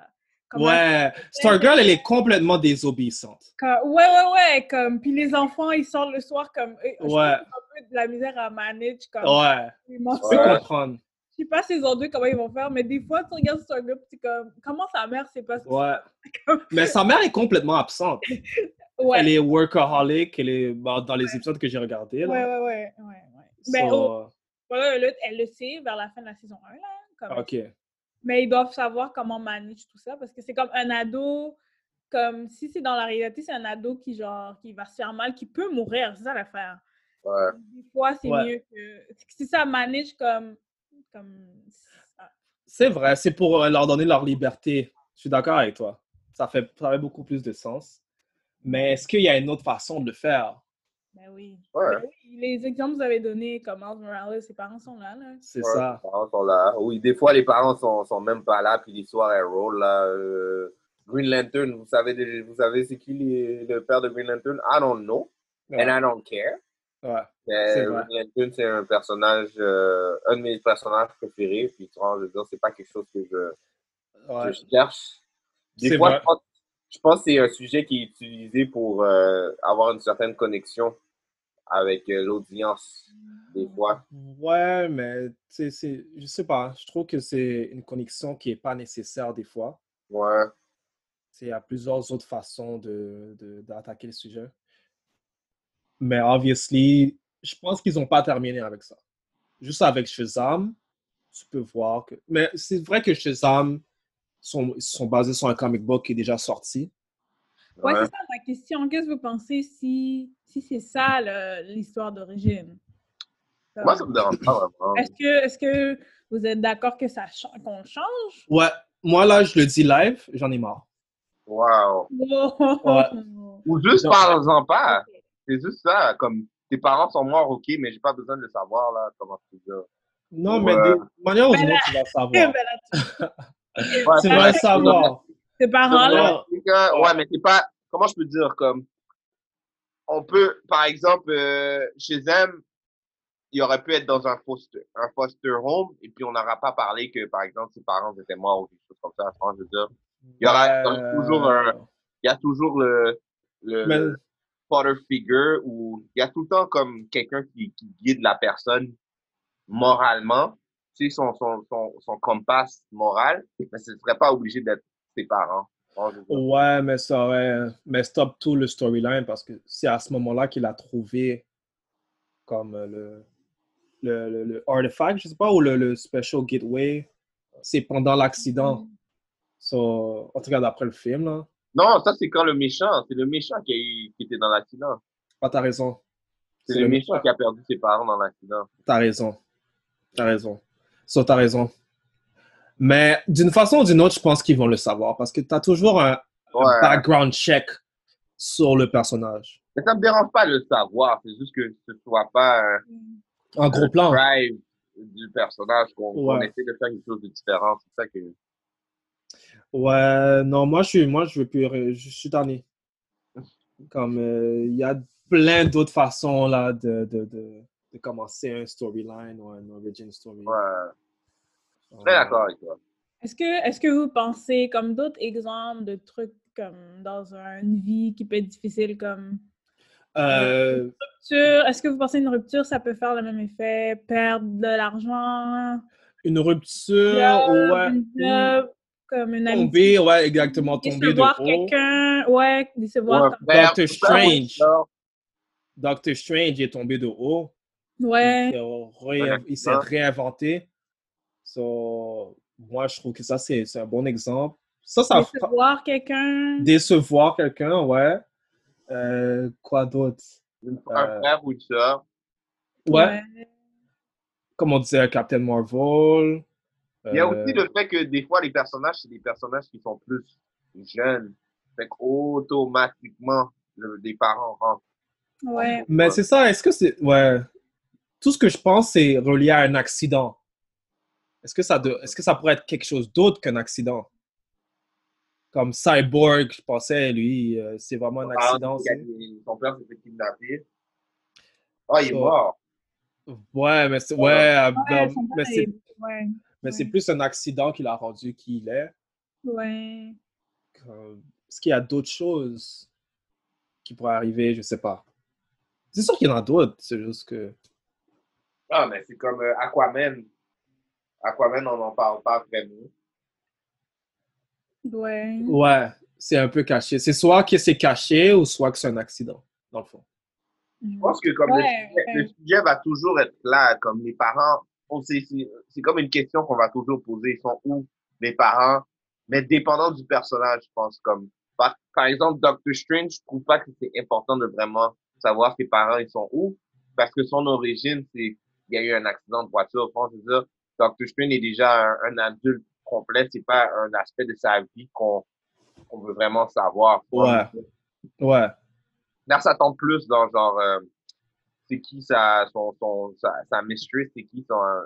Comme la- Ouais, Stargirl, elle est complètement désobéissante. quand- ouais, ouais, ouais, comme... Puis les enfants, ils sortent le soir comme... eux, je trouve Ouais. qu'ils ont un peu de la misère à manage, comme... Ouais, les je mensonges. peux Ouais. comprendre. Je sais pas saison 2 comment ils vont faire, mais des fois, tu regardes Stargirl, puis t'es comme... Comment sa mère, c'est pas... Ouais. Mais sa mère est complètement absente. Ouais. Elle est workaholic, elle est bah, dans les épisodes que j'ai regardés. là. Ouais, ouais, ouais, ouais, ouais. So, euh, Ben, au- voilà, là, elle le sait vers la fin de la saison 1, là. comme- OK. Mais ils doivent savoir comment manage tout ça, parce que c'est comme un ado, comme si c'est dans la réalité, c'est un ado qui, genre, qui va se faire mal, qui peut mourir, c'est ça l'affaire. Ouais. Des fois, c'est Ouais. mieux que... Si ça manage comme... comme... ah, ça. C'est vrai, c'est pour euh, leur donner leur liberté. Je suis d'accord avec toi. Ça fait, ça fait beaucoup plus de sens. Mais est-ce qu'il y a une autre façon de le faire? Ben oui. Ouais. Ben oui, Les exemples que vous avez donnés, comme Miles Morales, ses parents sont là, là. C'est Ouais, ça. Les parents sont là. Oui, des fois, les parents sont, sont même pas là, puis l'histoire, elle roule là. euh, Green Lantern, vous savez, des- vous savez c'est qui les- le père de Green Lantern? I don't know, and I don't care. Ouais. Mais C'est vrai. Green Lantern, c'est un personnage, euh, un de mes personnages préférés. Puis, tu vois, je veux dire, c'est pas quelque chose que je, Ouais. que je cherche. Des C'est fois, vrai. je pense, je pense que c'est un sujet qui est utilisé pour euh, avoir une certaine connexion avec euh, l'audience, des fois. Ouais, mais tu sais, c'est, je sais pas, je trouve que c'est une connexion qui est pas nécessaire des fois. Ouais. Il y a plusieurs autres façons de, de- d'attaquer le sujet. Mais obviously, je pense qu'ils n'ont pas terminé avec ça. Juste avec Shazam, tu peux voir que. Mais c'est vrai que Shazam sont, sont basés sur un comic book qui est déjà sorti. Ouais, c'est ça la question. Qu'est-ce que vous pensez si, si c'est ça le- l'histoire d'origine? Comme, Moi, ça me dérange pas vraiment. Est-ce que, est que vous êtes d'accord que ça cha- qu'on change? Ouais, moi là, je le dis live, j'en ai marre. Wow. Ouais. Ou juste Non. parle-en pas. C'est juste ça, comme tes parents sont morts, ok, mais j'ai pas besoin de le savoir, là, comment tu dis. Non, mais Ouais. de manière ou Ben d'une là- autre, tu vas Eh savoir. ben là, Tu vas le savoir. tes parents, là, Non. Ouais, ouais, mais c'est pas. Comment je peux dire comme. On peut, par exemple, euh, chez Zem, il aurait pu être dans un foster, un foster home, et puis on n'aura pas parlé que, par exemple, ses parents étaient morts ou quelque chose comme ça. Franchement, je veux dire, il y aura Euh, il y aura toujours un. Il y a toujours le. le Mais- le father figure où il y a tout le temps comme quelqu'un qui, qui guide la personne moralement, tu sais, son, son, son, son compas moral, mais ce ne serait pas obligé d'être ses parents. Franchement, je veux dire. Ouais, mais ça aurait. Mais stop tout le storyline parce que c'est à ce moment-là qu'il a trouvé comme euh, le, le, le, le artifact, je sais pas, ou le, le special gateway. C'est pendant l'accident. So, en tout cas, d'après le film, là. Non, ça c'est quand le méchant, c'est le méchant qui, a eu- qui était dans l'accident. Ah, t'as raison. C'est C'est le le méchant méchant. qui a perdu ses parents dans l'accident. T'as raison. T'as raison. So, t'as raison. Mais d'une façon ou d'une autre, je pense qu'ils vont le savoir parce que t'as toujours un un Ouais. background check sur le personnage. Mais ça me dérange pas de le savoir, c'est juste que ce soit pas un En gros plan. drive du personnage qu'on qu'on Ouais. essaie de faire quelque chose de différent. C'est ça que. Ouais, non, moi je suis, moi je veux plus, ré- je suis tanné. Comme euh, il y a plein d'autres façons là de, de, de, de commencer un storyline ou un origin story. Ouais. Je suis Euh, très d'accord avec toi. est-ce que, est que vous pensez comme d'autres exemples de trucs comme dans une vie qui peut être difficile comme euh, rupture? Est-ce que vous pensez une rupture, ça peut faire le même effet? Perdre de l'argent, une rupture, Euh, ouais, une ou job, comme une amitié, tomber, ouais, exactement, tomber de décevoir haut. quelqu'un, ouais, décevoir Ouais, comme- frère, Doctor frère, ouais, Strange. frère. Doctor Strange est tombé de haut. ouais. Il s'est ré- Il s'est Euh, Ouais. réinventé. So, moi, je trouve que ça, c'est c'est un bon exemple. Ça, ça fa- décevoir quelqu'un. décevoir quelqu'un, ouais. Euh, quoi d'autre? Un Euh, frère ou une soeur. Ouais, comme on disait, Captain Marvel. Il y a euh, aussi le fait que des fois, les personnages, c'est des personnages qui sont plus jeunes. Fait qu'automatiquement, le- les parents rentrent. Ouais. Mais c'est ça, est-ce que c'est... Ouais. Tout ce que je pense, c'est relié à un accident. Est-ce que, ça de... est-ce que ça pourrait être quelque chose d'autre qu'un accident? Comme Cyborg, je pensais, lui, euh, c'est vraiment un Ah, accident. il y a c'est- des- Son père s'est fait kidnapper. Ah, il est Ça. mort. Ouais, mais c'est ouais, euh, Ouais, dans- son père mais est- c'est ouais, mais c'est ouais. plus un accident qui l'a rendu qui il est. ouais. que- Est-ce qu'il y a d'autres choses qui pourraient arriver? Je sais pas. C'est sûr qu'il y en a d'autres, c'est juste que. Ah, mais c'est comme euh, Aquaman. Aquaman, on n'en parle pas vraiment. Ouais. Ouais, c'est un peu caché. C'est soit que c'est caché ou soit que c'est un accident, dans le fond. Je pense que comme Ouais, le, sujet, ouais. le sujet va toujours être là, comme les parents, on sait, c'est c'est comme une question qu'on va toujours poser, ils sont où les parents, mais dépendant du personnage, je pense, comme par, par exemple Doctor Strange, je trouve pas que c'est important de vraiment savoir ses parents ils sont où, parce que son origine c'est il y a eu un accident de voiture, je pense je veux dire, Doctor Strange est déjà un, un adulte complet, c'est pas un aspect de sa vie qu'on qu'on veut vraiment savoir. je pense. Ouais. Ouais. Là, ça tombe plus dans genre, euh, c'est qui sa, son, son, sa, sa mistress, c'est qui son, euh,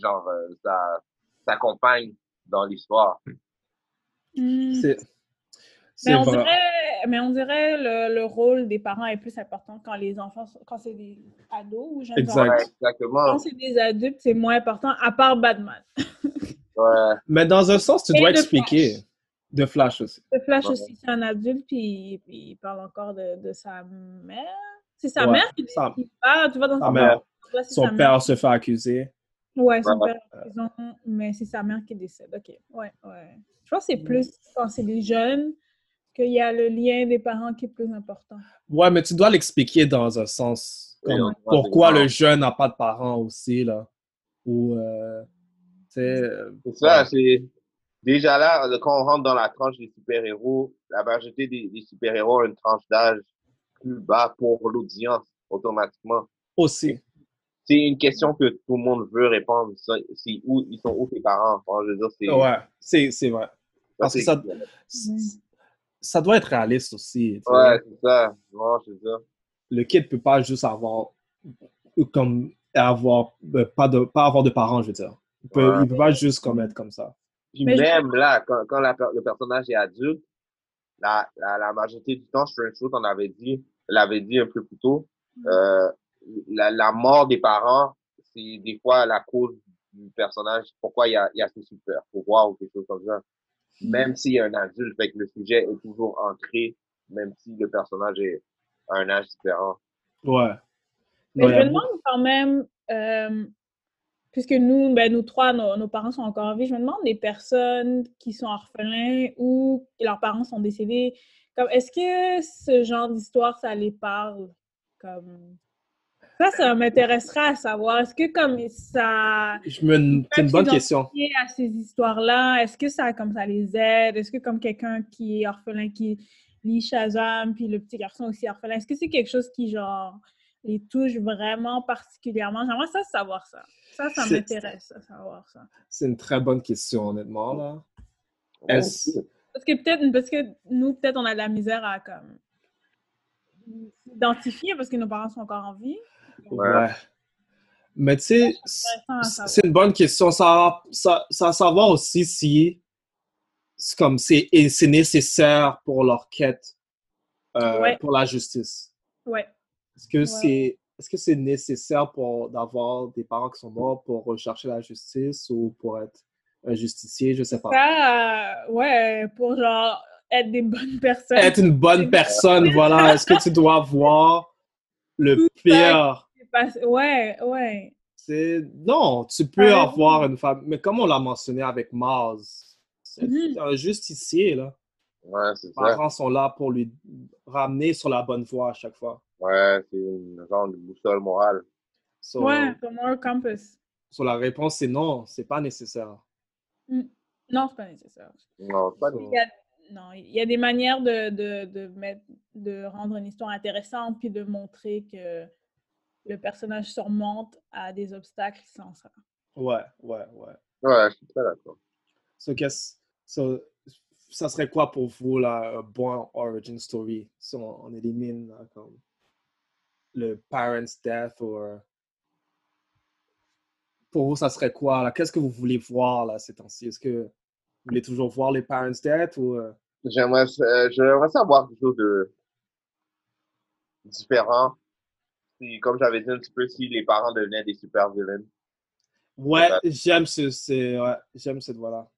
genre, euh, sa, sa compagne dans l'histoire. Mm. C'est Mais C'est on, vrai. dirait, mais on dirait le, le rôle des parents est plus important quand les enfants, sont- quand c'est des ados ou jeunes Exact. enfants. Ouais, exactement. Quand Ah, c'est des adultes, c'est moins important, à part Batman. Ouais. Mais dans un sens, tu Et dois de expliquer. Flash. De Flash aussi. Le Flash Ouais. aussi, c'est un adulte, puis, puis il parle encore de, de sa mère. C'est sa Ouais, mère qui sa- qui parle, tu vois, dans Sa son- mère. Ouais, c'est sa Son mère. père se fait accuser. Ouais, son Ouais. père est en prison, mais c'est sa mère qui décède. OK. Ouais, ouais. Je pense que Mm. c'est plus quand c'est des jeunes qu'il y a le lien des parents qui est plus important. Ouais, mais tu dois l'expliquer dans un sens. Oui, comme on doit pourquoi l'expliquer. le jeune n'a pas de parents aussi, là. Ou, euh, tu sais, euh, C'est ça, c'est déjà là, le- quand on rentre dans la tranche des super-héros, la majorité des, des super-héros a une tranche d'âge plus bas pour l'audience, automatiquement. aussi. C'est une question que tout le monde veut répondre. ça, C'est où, ils sont où tes parents? Enfin, je veux dire, c'est. Ouais, c'est c'est vrai. parce que c'est- ça- C- Ça doit être réaliste aussi. tu sais. Ouais, c'est ça. Non, c'est ça. Le kid peut pas juste avoir, ou comme, avoir, euh, pas, de, pas avoir de parents, je veux dire. Il peut, Ouais. il peut pas juste comme être comme ça. Puis Mais je- même là, quand, quand la per- le personnage est adulte, la, la, la majorité du temps, Strange Fruit, on avait dit, l'avait dit un peu plus tôt, Mmh. euh, la, la mort des parents, c'est des fois la cause du personnage, pourquoi il y a, il y a ce super pouvoir ou quelque chose comme ça. Même s'il y a un adulte, fait que le sujet est toujours ancré, même si le personnage est à un âge différent. Ouais. Mais Ouais. je me demande quand même, euh, puisque nous, ben, nous trois, nos, nos parents sont encore en vie, je me demande des personnes qui sont orphelins ou que leurs parents sont décédés, comme est-ce que ce genre d'histoire, ça les parle? Comme... Ça, ça m'intéresserait à savoir. Est-ce que comme ça Je me- C'est une bonne question. lié à ces histoires-là, est-ce que ça comme ça les aide? Est-ce que comme quelqu'un qui est orphelin, qui lit Shazam, puis le petit garçon aussi orphelin, est-ce que c'est quelque chose qui genre les touche vraiment particulièrement? J'aimerais ça savoir ça. Ça, ça C'est- m'intéresse, ça, savoir ça. C'est une très bonne question, honnêtement. Là. Est-ce- Parce que peut-être, parce que nous, peut-être, on a de la misère à comme s'identifier parce que nos parents sont encore en vie. Ouais. Mais tu sais, C'est intéressant à c- savoir. c'est une bonne question. Ça, ça, ça savoir aussi si c'est comme c'est et c'est nécessaire pour leur quête, euh, Ouais. pour la justice. Ouais. Est-ce que c'est est-ce que c'est nécessaire pour d'avoir des parents qui sont morts pour rechercher la justice ou pour être un justicier, je sais pas. Ça, euh, ouais, pour genre être des bonnes personnes. Être une bonne personne, voilà. Est-ce que tu dois voir le pire? C'est pas- Ouais, ouais. C'est- Non, tu peux Ah, avoir une femme, mais comme on l'a mentionné avec Mars, c'est Mhm. un justicier, là. Ouais, c'est Les ça. parents sont là pour lui ramener sur la bonne voie à chaque fois. Ouais, c'est une genre de boussole morale. So, Ouais, comme un campus. so la réponse, c'est non, c'est pas nécessaire. Non, c'est pas nécessaire. Non, c'est pas So, Il y a, non, il y a des manières de, de, de, mettre, de rendre une histoire intéressante puis de montrer que le personnage surmonte à des obstacles sans ça. ouais, ouais, ouais. Ouais, je suis très d'accord. So, qu'est-ce- so, ça serait quoi pour vous, là, un bon origin story, si on, on élimine, là, comme, le parent's death ou... Pour vous, ça serait quoi, là? Qu'est-ce que vous voulez voir, là, ces temps-ci? Est-ce que vous voulez toujours voir les parent's death ou... euh, J'aimerais, euh, j'aimerais savoir quelque chose de différent. Si, comme j'avais dit un petit peu, si les parents devenaient des super vilains. Ouais, Ouais. j'aime ce... c'est- ouais, j'aime cette voie-là.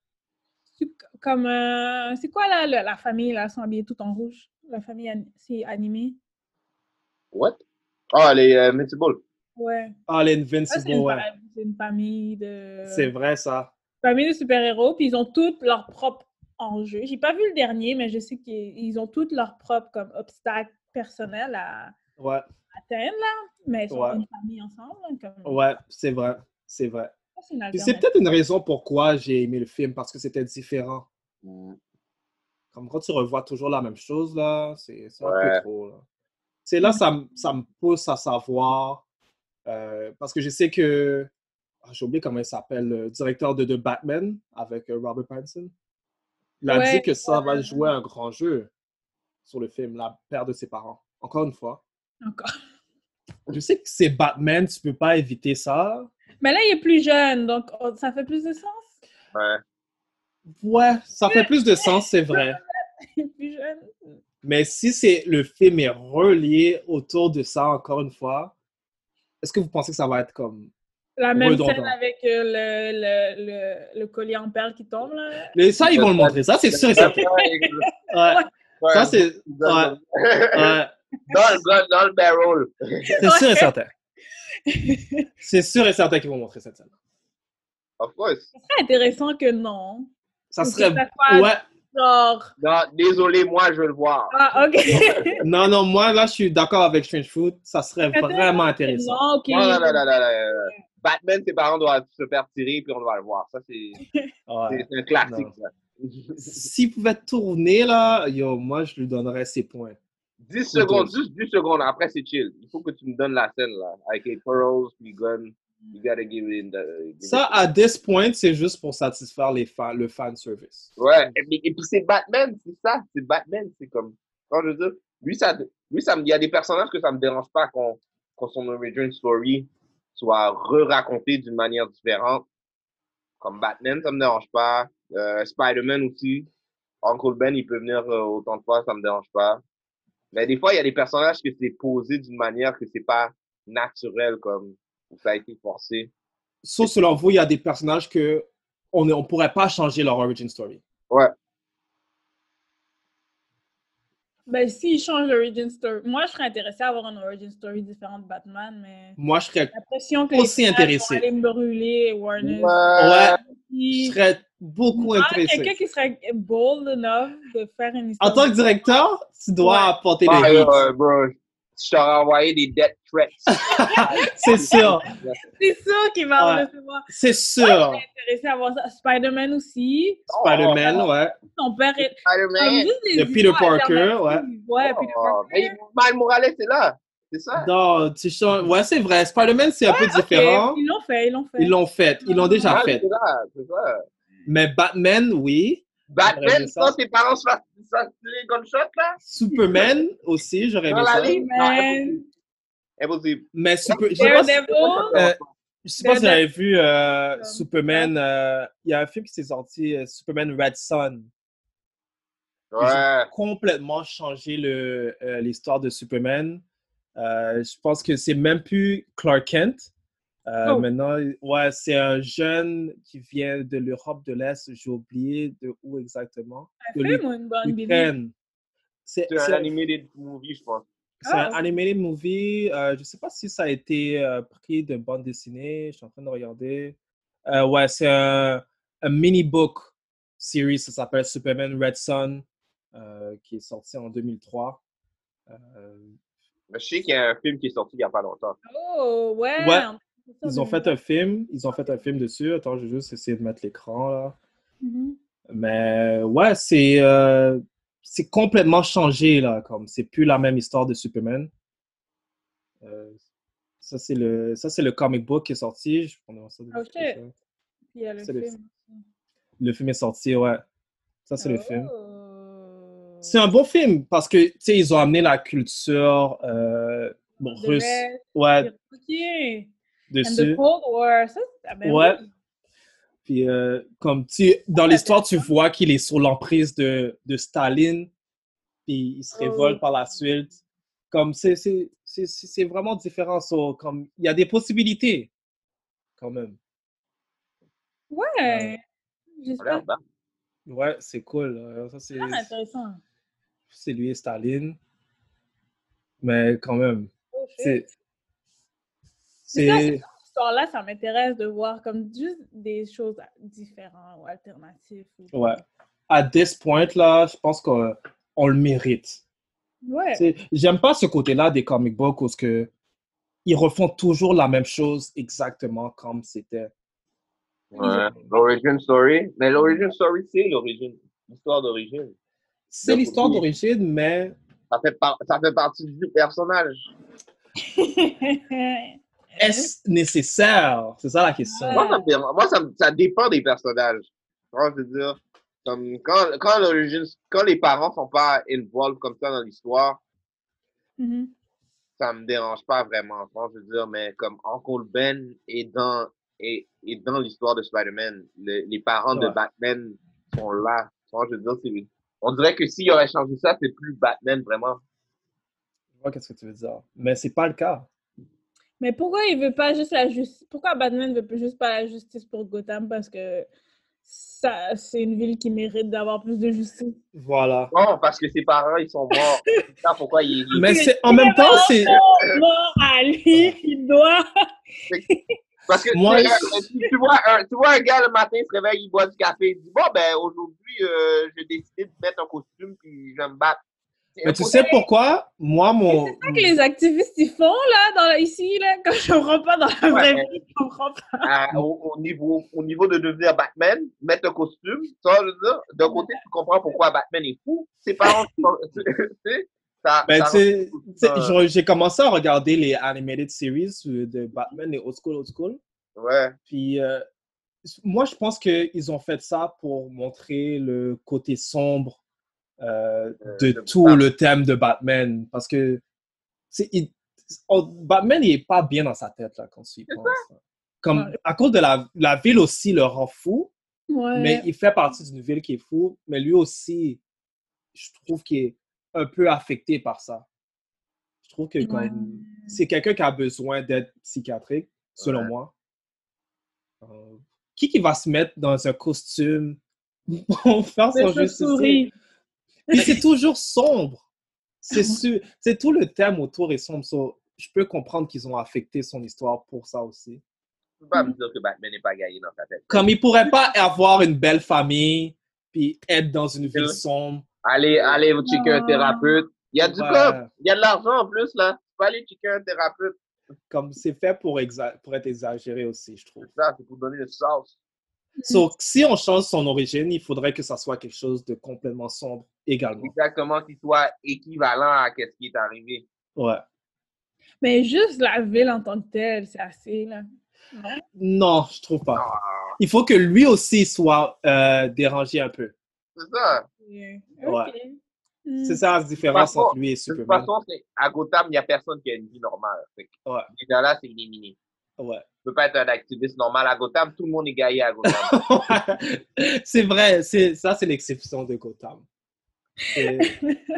Tu- Comme, euh, c'est quoi là, la, la famille, là, sont habillés tout en rouge? La famille, an- c'est animé? What? Ah, les euh, Multiballs. Ouais. Ah, les Ça, Invincible, c'est euh. une, ouais. fa- c'est une famille de... C'est vrai, ça. famille de super-héros, puis ils ont toutes leurs propres enjeux. J'ai pas vu le dernier, mais je sais qu'ils ils ont toutes leurs propres comme obstacles personnels à Ouais, atteindre, là. Mais ils sont Ouais. une famille ensemble, là, comme... ouais, c'est vrai. C'est vrai. Ça, c'est une Puis c'est alternative. peut-être une raison pourquoi j'ai aimé le film, parce que c'était différent. Comme quand tu revois toujours la même chose, là, c'est c'est un Ouais. peu trop. Là, c'est Mmh. là ça, me- ça me pousse à savoir, euh, parce que je sais que, ah, j'ai oublié comment il s'appelle, le directeur de, de Batman avec euh, Robert Pattinson. Il a Ouais, dit que ça va jouer un grand jeu sur le film, la perte de ses parents. Encore une fois. Encore. Je sais que c'est Batman, tu peux pas éviter ça. Mais là, il est plus jeune, donc oh, ça fait plus de sens. Ouais. Ouais, ça fait plus de sens, c'est vrai. plus jeune. Mais si c'est le film est relié autour de ça, encore une fois, est-ce que vous pensez que ça va être comme. La même Redondant. scène avec euh, le, le, le, le collier en perles qui tombe, là. Mais ça, ils vont le montrer. Ça, c'est sûr et certain. Ouais. Ça, c'est. Ouais. dans, Ouais. le gun, dans le barrel. C'est sûr et certain. C'est sûr et certain qu'ils vont montrer cette scène. Of course. C'est intéressant que non. Ça Ou que serait. ça soit- Ouais. Genre... Non, désolé, moi, je veux le voir. Ah, OK. Non, non, moi, là, je suis d'accord avec Strange Food. Ça serait Attends, vraiment intéressant. Non, OK. Non, non, non, non, non, non, non. Batman, ses parents doivent se faire tirer, puis on doit le voir. Ça, c'est Ouais. c'est- c'est un classique, Non. ça. S'il pouvait tourner, là, yo, moi, je lui donnerais ses points. 10 secondes, juste 10 secondes. Après, c'est chill. Il faut que tu me donnes la scène, là. Avec les pearls, puis gun. You gotta give it... the- give Ça, it- à this point, c'est juste pour satisfaire les fans, le fan service. Ouais. Et puis, et puis c'est Batman, c'est ça. C'est Batman. C'est comme... Quand je dis... Lui, ça... Lui, ça me... Il y a des personnages que ça me dérange pas qu'on qu'on son origin story soit re-raconté d'une manière différente. Comme Batman, ça me dérange pas. Euh, Spider-Man aussi. Uncle Ben, il peut venir euh, autant de fois, ça me dérange pas. Mais des fois, il y a des personnages que c'est posé d'une manière que c'est pas naturel, comme ou ça a été forcé. Sauf selon vous, il y a des personnages que on ne on pourrait pas changer leur origin story. Ben, s'ils changent l'origin story... Moi, je serais intéressée à avoir une origin story différente de Batman, mais... Moi, je serais, j'ai L'impression que Aussi fans intéressée. vont aller me brûler, Warner. Euh, ouais, je Puis- serais beaucoup Ah, intéressé. quelqu'un qui serait bold enough de faire une histoire. En tant que directeur, tu dois Ouais. apporter Ah, des hits. euh, bro, je t'aurais envoyé des death threats. C'est sûr, C'est sûr qu'il va Ouais. recevoir. c'est sûr. Intéressé à voir ça. Spider-man aussi. Spider-Man, ouais. Son père est. Comme Spider-Man. juste les Le Peter histoires Parker, alternatives. Ah Ouais, Peter Oh, Parker. mais Miles Morales est là. C'est ça. Non, tu changes. Ouais, c'est vrai. Spider-Man, c'est un peu Ok, différent. Ils l'ont fait, ils l'ont fait. Ils l'ont fait. Ils l'ont déjà Miles fait. est là, c'est ça. Mais Batman, oui. J'aimerais Batman, ça. sans ses parents se fassent se fassent tirer gunshot, là. Superman aussi, j'aurais aimé Dans ça. la ligne. Non, Man. impossible. Mais super, je sais pas si- Daredevil. Euh, je sais pas si vous avez vu euh, Daredevil. Superman. euh, Il y a un film qui s'est sorti, euh, Superman Red Sun. Ouais. Complètement changé le, euh, l'histoire de Superman. Euh, je pense que c'est même plus Clark Kent. Euh, Oh. Maintenant, ouais, c'est un jeune qui vient de l'Europe de l'Est. J'ai oublié de où exactement. De Film ou une bonne BD? l'Ukraine. C'est, C'est c'est un un- animated movie, je pense. C'est un Ah. animated movie. euh, je ne sais pas si ça a été euh, pris de bande dessinée. Je suis en train de regarder. Euh, ouais, c'est un, un mini-book series. Ça s'appelle Superman Red Sun, euh, qui est sorti en 2003. Euh, Mais je sais qu'il y a un film qui est sorti il n'y a pas longtemps. Oh, ouais. Ouais. ils ont fait un film. Ils ont fait un film dessus. Attends, je vais juste essayer de mettre l'écran là. Mhm. Mais ouais, c'est euh, c'est complètement changé là, comme c'est plus la même histoire de Superman. Euh, ça c'est le ça c'est le comic book qui est sorti. Je on a ça- Oh, shit. Puis il y a le C'est le- film. Le film est sorti, ouais. Ça c'est le film. Oh. C'est un bon film parce que tu sais ils ont amené la culture euh, bon, The russe, Red, ouais, Ok. And the dessus. Cold War, ça, c'est la même Ouais. chose. Puis euh, comme tu dans l'histoire tu vois qu'il est sous l'emprise de, de Staline, puis il se Oh. révolte par la suite. Comme c'est c'est c'est- c'est- c'est vraiment différent. so, comme il y a des possibilités quand même. Ouais. Ça a J'espère l'air bien. Ouais, c'est cool. euh, Ça c'est que c'est intéressant. c'est lui et Staline, mais quand même Oh, shit. c'est C'est ça, c'est c'est Cette histoire-là, ça m'intéresse de voir comme juste des choses différentes ou alternatives. ou- ouais. À this point là, je pense qu'on on le mérite. Ouais. Tu sais, J'aime pas ce côté-là des comic books où ce que ils refont toujours la même chose exactement comme c'était. Ouais. L'origin story. Mais l'origin story, c'est l'origine. L'histoire d'origine. C'est l'histoire d'origine, mais Ça fait, par- ça fait partie du personnage. est-ce nécessaire? C'est ça la question. Eh? Ouais. Moi, ça, me dérange- moi, ça, me- ça dépend des personnages. Comment je veux dire? Comme quand, quand, l'origine- quand les parents sont pas involved comme ça dans l'histoire, Mhm. ça me dérange pas vraiment. Comment je veux dire? Mais comme Uncle Ben est dans, est, est dans l'histoire de Spider-Man, le- les parents de Ouais. Batman sont là. Comment je veux dire? C'est On dirait que s'il aurait changé ça, c'est plus Batman vraiment. Je vois qu'est-ce que tu veux dire. Mais c'est pas le cas. Mais pourquoi il veut pas juste la justice Pourquoi Batman veut juste pas la justice pour Gotham Parce que ça, c'est une ville qui mérite d'avoir plus de justice. Voilà. Non, parce que ses parents, ils sont morts. C'est ça pourquoi il. il- Mais c'est en même temps, c'est. Bon, à lui, il doit. Parce que tu Moi, sais, je- euh, tu, tu vois un, tu vois un gars le matin il se réveille, il boit du café, il dit Bon, ben aujourd'hui, euh, j'ai décidé de mettre un costume puis je vais me battre. C'est Mais tu impossible. sais pourquoi? Moi, mon. C'est ça que les activistes ils font là, dans la- ici, là, quand je comprends pas dans la vraie Ouais. vie, je comprends pas. À- hein, au, au niveau, au niveau de devenir Batman, mettre un costume, ça, je veux dire, d'un côté, tu comprends pourquoi Batman est fou. Ses parents, tu tu sais, ça. Ben, ça- tu sais, tu sais, ça- j'aurais- j'ai commencé à regarder les animated series euh, de Batman, les old school, old school. Ouais. Puis, euh, moi, je pense qu'ils ont fait ça pour montrer le côté sombre euh, de Euh, de tout Batman. le thème de Batman. Parce que c'est- il- on- Batman, il n'est pas bien dans sa tête, là, quand tu y penses. Comme, à cause de la, la ville aussi le rend fou, Ouais. mais il fait partie d'une ville qui est fou, mais lui aussi, je trouve qu'il est un peu affecté par ça. Je trouve que comme, Ouais. c'est quelqu'un qui a besoin d'aide psychiatrique, selon Ouais. moi. Euh, qui qui va se mettre dans un costume pour faire son jeu de société? souris. Puis c'est toujours sombre. C'est sûr. C'est tout le thème autour est sombre. so, je peux comprendre qu'ils ont affecté son histoire pour ça aussi. Tu peux pas me dire que Batman n'est pas gagné dans sa tête. Comme il pourrait pas avoir une belle famille puis être dans une ville vrai. sombre. Allez, allez, vous checker un Ah. thérapeute. Il y a du Ouais. club, il y a de l'argent en plus, là. Tu peux aller checker un thérapeute. Comme c'est fait pour, exa- pour être exagéré aussi, je trouve. Ça, c'est pour donner le sens. Mm. So, si on change son origine, il faudrait que ça soit quelque chose de complètement sombre également. Exactement, qu'il soit équivalent à ce qui est arrivé. Ouais. Mais juste la ville en tant que telle, c'est assez là. Non, je trouve pas. Ah. Il faut que lui aussi soit euh, dérangé un peu. C'est ça. Ouais. Ouais. Ok. Mm. C'est ça la différence façon- entre lui et De toute Superman. façon, c'est- à Gotham, il n'y a personne qui a une vie normale. Fait que Ouais. Déjà là, c'est éliminé. Ouais. Tu peux pas être un activiste normal à Gotham. Tout le monde est gaillé à Gotham. c'est vrai, c'est ça c'est l'exception de Gotham. Et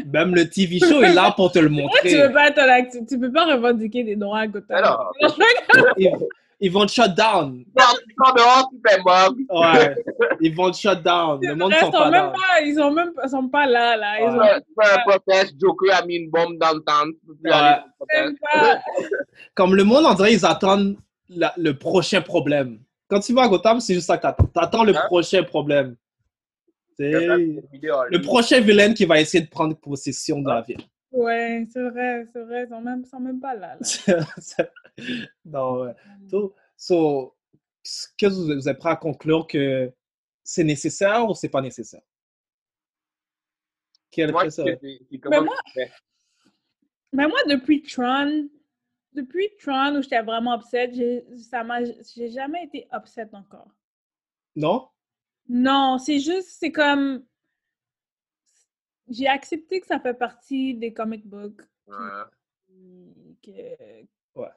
Même le TV show est là pour te le Pourquoi tu montrer. veux pas être un acti- tu peux pas revendiquer des droits à Gotham. Alors, Non, je rigole. Ils, ils vont te shut down. quand tu sors dehors, tu fais mort. Ouais. Ils vont te shut down. Le Ils monde sont sont pas même là. pas, ils sont même sont pas là, là. Ils Ouais. ont Tu fais- tu fais un protest, Joker a mis une bombe dans le temps. Tu peux plus Ouais. aller dans le protest. même pas. Comme le monde, on dirait, ils attendent la- le prochain problème. Quand tu vas à Gotham, c'est juste ça que t'attends. T'attends le Hein? prochain problème. C'est Le vidéo, le prochain vilain qui va essayer de prendre possession de Ah. la ville. Ouais, c'est vrai, c'est vrai, ils sont même, sont même pas là. là. non, ouais. So- so, ce que vous, vous êtes prêt à conclure que c'est nécessaire ou c'est pas nécessaire? Quelle Moi, est ça? c'est- c'est- c'est comment moi- tu fais? Mais moi, depuis Tron, depuis Tron où j'étais vraiment upset, j'ai ça m'a- j'ai jamais été upset encore. Non? Non, c'est juste, c'est comme. J'ai accepté que ça fait partie des comic books. puis Ouais. que- Ouais.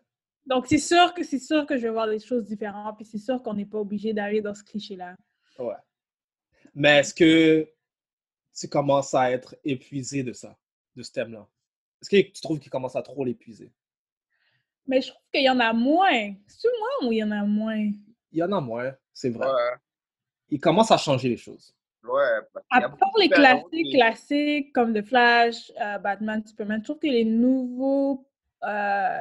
Donc, c'est sûr que c'est sûr que je vais voir des choses différentes, puis c'est sûr qu'on n'est pas obligé d'aller dans ce cliché-là. Ouais. Mais est-ce que tu commences à être épuisé de ça, de ce thème-là? Est-ce que tu trouves qu'il commence à trop l'épuiser? Mais je trouve qu'il y en a moins. C'est moi ou il y en a moins? Il y en a moins, c'est vrai. Ouais. Il commence à changer les choses. Ouais, parce qu'il y À a part beaucoup de les personnes classiques, qui- classiques comme The Flash, euh, Batman, Superman, je trouve que les nouveaux. euh,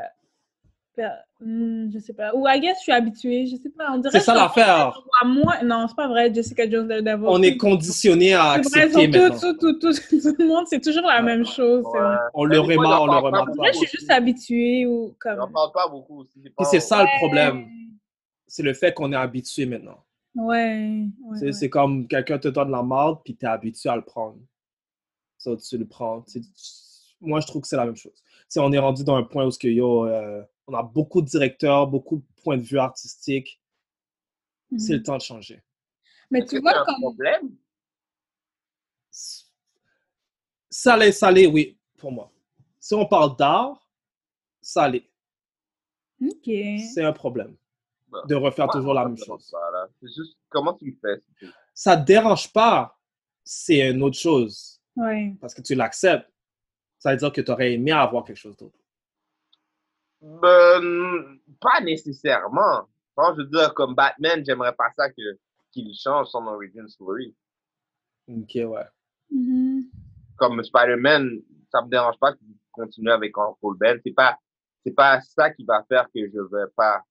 per- hmm, je sais pas. Ou I guess je suis habituée, je sais pas. On dirait C'est ça que- l'affaire. à moins. Non, c'est pas vrai, Jessica Jones Daredevil. On est conditionné à C'est vrai, accepter ils sont maintenant. tous- tous- tous- tous- tout, le monde, c'est toujours la même chose. c'est vrai. Ouais. On le Mais des fois, remarque, j'en on le parle pas remarque Moi, pas. je beaucoup suis juste habituée ou J'en comme. parle pas beaucoup aussi. j'ai Et pas- c'est ça le problème. C'est le fait qu'on est habitué maintenant. Ouais. ouais, C'est ouais. c'est comme quelqu'un te donne la marde, puis t'es habitué à le prendre. Ça, tu le prends. Tu- tu- moi, je trouve que c'est la même chose. Si on est rendu dans un point où ce que, yo, euh, on a beaucoup de directeurs, beaucoup de points de vue artistiques. Mhm. C'est le temps de changer. Mais Est-ce tu que vois, c'est un comme. problème? Ça l'est, ça l'est, oui, pour moi. Si on parle d'art, ça l'est. Ok. C'est un problème Bah, de refaire Moi, toujours la ça me même dérange chose. pas, là. C'est juste comment tu le fais. c'est tout. ça te dérange pas, c'est une autre chose. Ouais. Parce que tu l'acceptes, ça veut dire que tu aurais aimé avoir quelque chose d'autre. Ben, pas nécessairement. Quand je veux dire, comme Batman, j'aimerais pas ça que qu'il change son origin story. Ok, ouais. Mhm. Comme Spider-Man, ça me dérange pas qu'il continue avec Uncle Ben. C'est pas, c'est pas ça qui va faire que je vais pas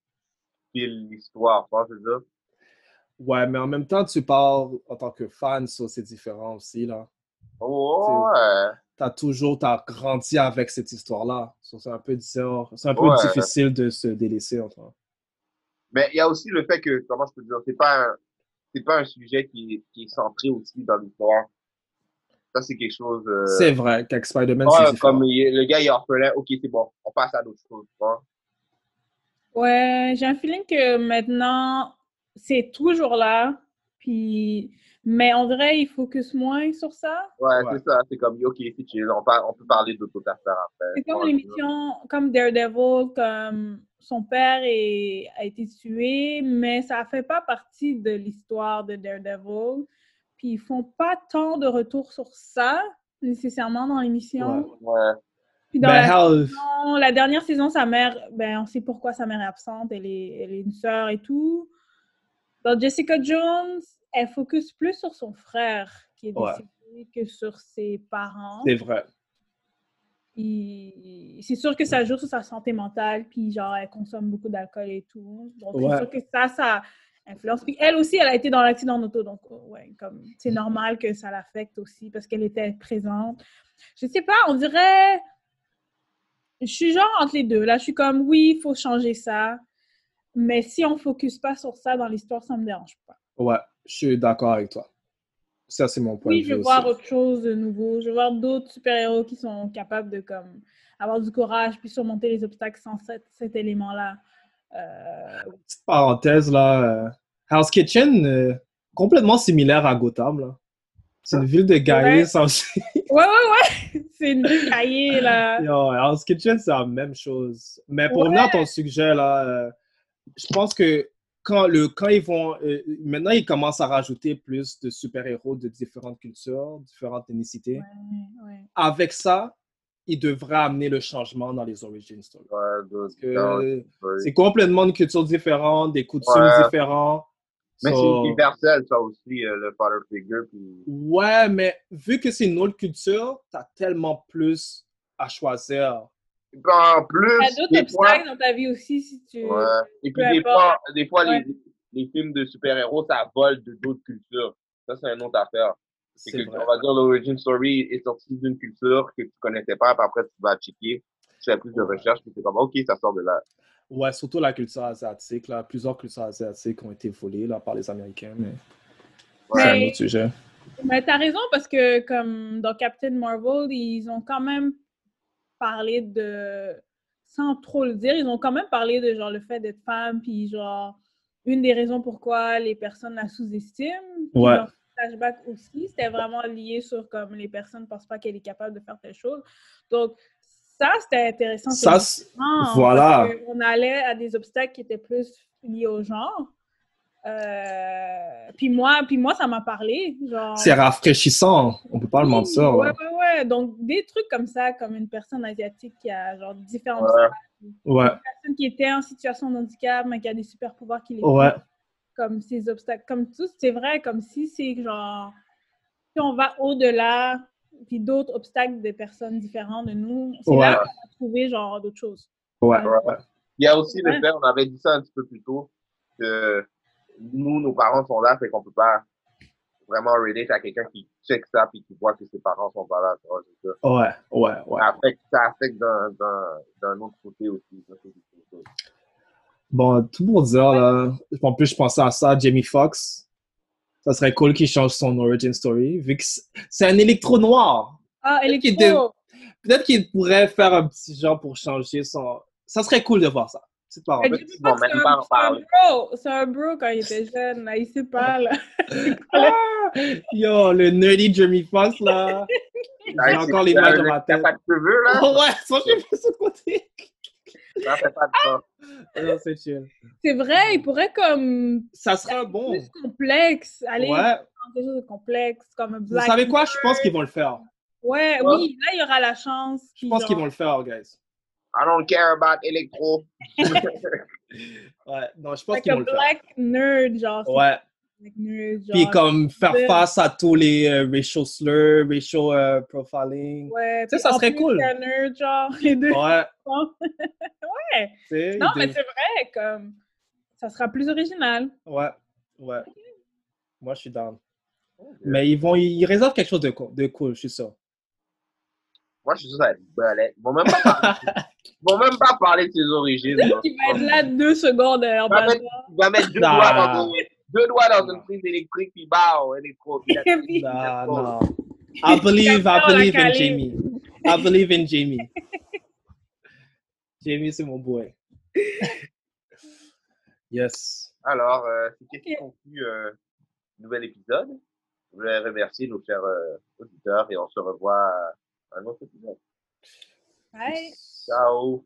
filer l'histoire. Tu vois, je veux dire. Ouais, mais en même temps, tu parles en tant que fan, ça c'est différent aussi, là. Oh, ouais. T'as toujours, t'as grandi avec cette histoire-là. Ça, C'est un peu différent. C'est un peu Ouais. difficile de se délaisser, enfin. Mais il y a aussi le fait que, comment je peux dire, c'est pas un, c'est pas un sujet qui, qui est centré aussi dans l'histoire. Ça, c'est quelque chose. euh, C'est vrai qu'avec Spider-Man, ouais, c'est différent. comme il est- le gars, il est orphelin. Ok, c'est bon. On passe à d'autres choses. tu vois. Ouais, j'ai un feeling que maintenant, c'est toujours là, puis... Mais en vrai, il focus moins sur ça. Ouais, Ouais. c'est ça. C'est comme, ok, c'est chill. On, par- on peut parler d'autres autres affaires après. C'est Ouais, comme je veux les dire. missions, comme Daredevil, comme son père est- a été tué, mais ça fait pas partie de l'histoire de Daredevil. Puis ils font pas tant de retour sur ça, nécessairement, dans l'émission. Ouais. Ouais. Puis dans Ben, la hell, saison- la dernière saison, sa mère, ben, on sait pourquoi sa mère est absente, elle est, elle est une sœur et tout. Dans Jessica Jones, elle focus plus sur son frère qui est Ouais. décédé que sur ses parents. c'est vrai. Puis, C'est sûr que ça joue sur sa santé mentale, puis genre, elle consomme beaucoup d'alcool et tout. Donc, Ouais. c'est sûr que ça, ça influence. Puis elle aussi, elle a été dans l'accident d'auto, donc euh, ouais, comme c'est normal que ça l'affecte aussi parce qu'elle était présente. Je sais pas, on dirait. Je suis genre entre les deux. Là, je suis comme, oui, il faut changer ça. Mais si on ne focus pas sur ça dans l'histoire, ça me dérange pas. Ouais, je suis d'accord avec toi. Ça, c'est mon point Oui, de je vue veux voir aussi. autre chose de nouveau. Je veux voir d'autres super-héros qui sont capables de comme, avoir du courage puis surmonter les obstacles sans cet, cet élément-là. Euh, Petite parenthèse, là. euh, House Kitchen, euh, complètement similaire à Gotham, là. C'est une ville de guerriers Ouais. sans... Ouais, ouais, ouais! C'est une ville cahier, là. Yo, House Kitchen, c'est la même chose. Mais pour revenir à ton sujet, là, euh, je pense que quand, le, quand ils vont. euh, maintenant, ils commencent à rajouter plus de super-héros de différentes cultures, différentes ethnicités. Ouais, ouais. Avec ça, ils devraient amener le changement dans les origin stories. Ouais, d'autres- Parce que d'autres- euh, d'autres- c'est complètement une culture différente, des coutumes Ouais. différentes. Mais c'est So- universel, ça aussi, euh, le father figure. Puis... Ouais, mais vu que c'est une autre culture, t'as tellement plus à choisir. Puis En plus, T'as d'autres des fois, obstacles dans ta vie aussi si tu. ouais. et puis peu des fois, importe. des fois Ouais. les, les films de super-héros, ça vole de d'autres cultures. Ça, c'est une autre affaire. C'est C'est que, vrai. on va dire, l'origin story est sortie d'une culture que tu connaissais pas, puis après, tu vas checker, tu fais plus de Ouais. recherches, puis c'est comme, OK, ça sort de là. Ouais, surtout la culture asiatique, là. Plusieurs cultures asiatiques ont été volées, là, par les Américains, mais c'est un Mais- autre sujet. Mais Ben, t'as raison parce que comme dans Captain Marvel, ils ont quand même parlé de sans trop le dire, ils ont quand même parlé de genre le fait d'être femme puis genre une des raisons pourquoi les personnes la sous-estiment. Puis Ouais. Dans le flashback aussi, c'était vraiment lié sur comme les personnes pensent pas qu'elle est capable de faire telle chose. Donc ça c'était intéressant. c'est Ça, c'est- différent, voilà. parce que On allait à des obstacles qui étaient plus liés au genre. Euh, puis moi, puis moi, ça m'a parlé. Genre, c'est rafraîchissant. On peut pas le oui, mentir, Ouais, là. ouais, ouais. Donc, des trucs comme ça, comme une personne asiatique qui a genre différentes Ouais. Ouais, personnes qui étaient en situation de handicap, mais qui a des super pouvoirs qui les ouais, comme ces obstacles, comme tout, c'est vrai, comme si c'est genre, si on va au-delà, puis d'autres obstacles des personnes différentes de nous, c'est Ouais. là qu'on va trouver genre d'autres choses. ouais, Ouais. ouais. Il y a aussi le Ouais. fait, on avait dit ça un petit peu plus tôt, que nous, nos parents sont là, fait qu'on peut pas vraiment relate à quelqu'un qui check ça, puis qui voit que ses parents sont pas là. tu vois, c'est ça. Ouais, ouais, ouais. ça affecte, ça affecte d'un, d'un, d'un autre côté aussi. ça, c'est quelque chose. Bon, tout pour dire, là, en plus, je pensais à ça, Jamie Foxx. Ça serait cool qu'il change son origin story, vu que c'est- c'est un électro-noir. Ah, Peut-être qu'il électro! Peut-être qu'il pourrait faire un petit genre pour changer son... Ça serait cool de voir ça. Petite Mais parenthèse. Jimmy ils vont Fox, même c'est pas un- en c'est un parler. bro, c'est un bro quand il était jeune, là, il sait pas, là. Ah! Yo, le nerdy Jeremy Fox, là. Il Ah, a c'est- encore les t'as- mains dans ma T'as tête. pas de cheveux, là? Oh, ouais, ça, j'ai fait ce côté. Ça fait pas de temps. Ah Non, c'est chill. C'est vrai, il pourrait comme Ça serait un bon. plus complexe, aller Ouais, quelque chose de complexe, comme un Vous black. savez quoi? Je pense qu'ils vont le faire. Ouais, oui, là, il y aura la chance. Je pense qu'ils vont le faire, guys. I don't care about Electro. Ouais, non, je pense Like qu'ils a vont le faire. black nerd, genre. c'est Ouais. Black nerd, genre. Puis comme faire de- face à tous les euh, racial slurs, racial euh, profiling. Ouais, Tu sais, puis ça en serait plus, cool. c'est un nerd, genre, les deux. Ouais, sont- ouais. tu sais. Non, ils mais dev- c'est vrai, comme. Ça sera plus original. Ouais, ouais. Moi, je suis down. Oh, Mais ils vont, ils réservent quelque chose de cool, de cool je suis sûr. Moi, je suis sûr que ça va être balèque. Ils vont même pas parler, ils vont même pas parler de ses origines. là. Il va être là deux secondes à leur Va mettre- bateau. Il va mettre deux Nah. doigts dans une, deux doigts dans une prise électrique, puis bah, Electro. puis là, Puis- Non, cool. non. I believe, I Capteur believe in localisé. Jamie. I believe in Jamie. Jamie, c'est mon boy. Yes. Alors, euh, c'est qu'est-ce qui conclut euh, le nouvel épisode. Je voulais remercier nos chers euh, auditeurs et on se revoit à un autre épisode. Ouais. Ciao!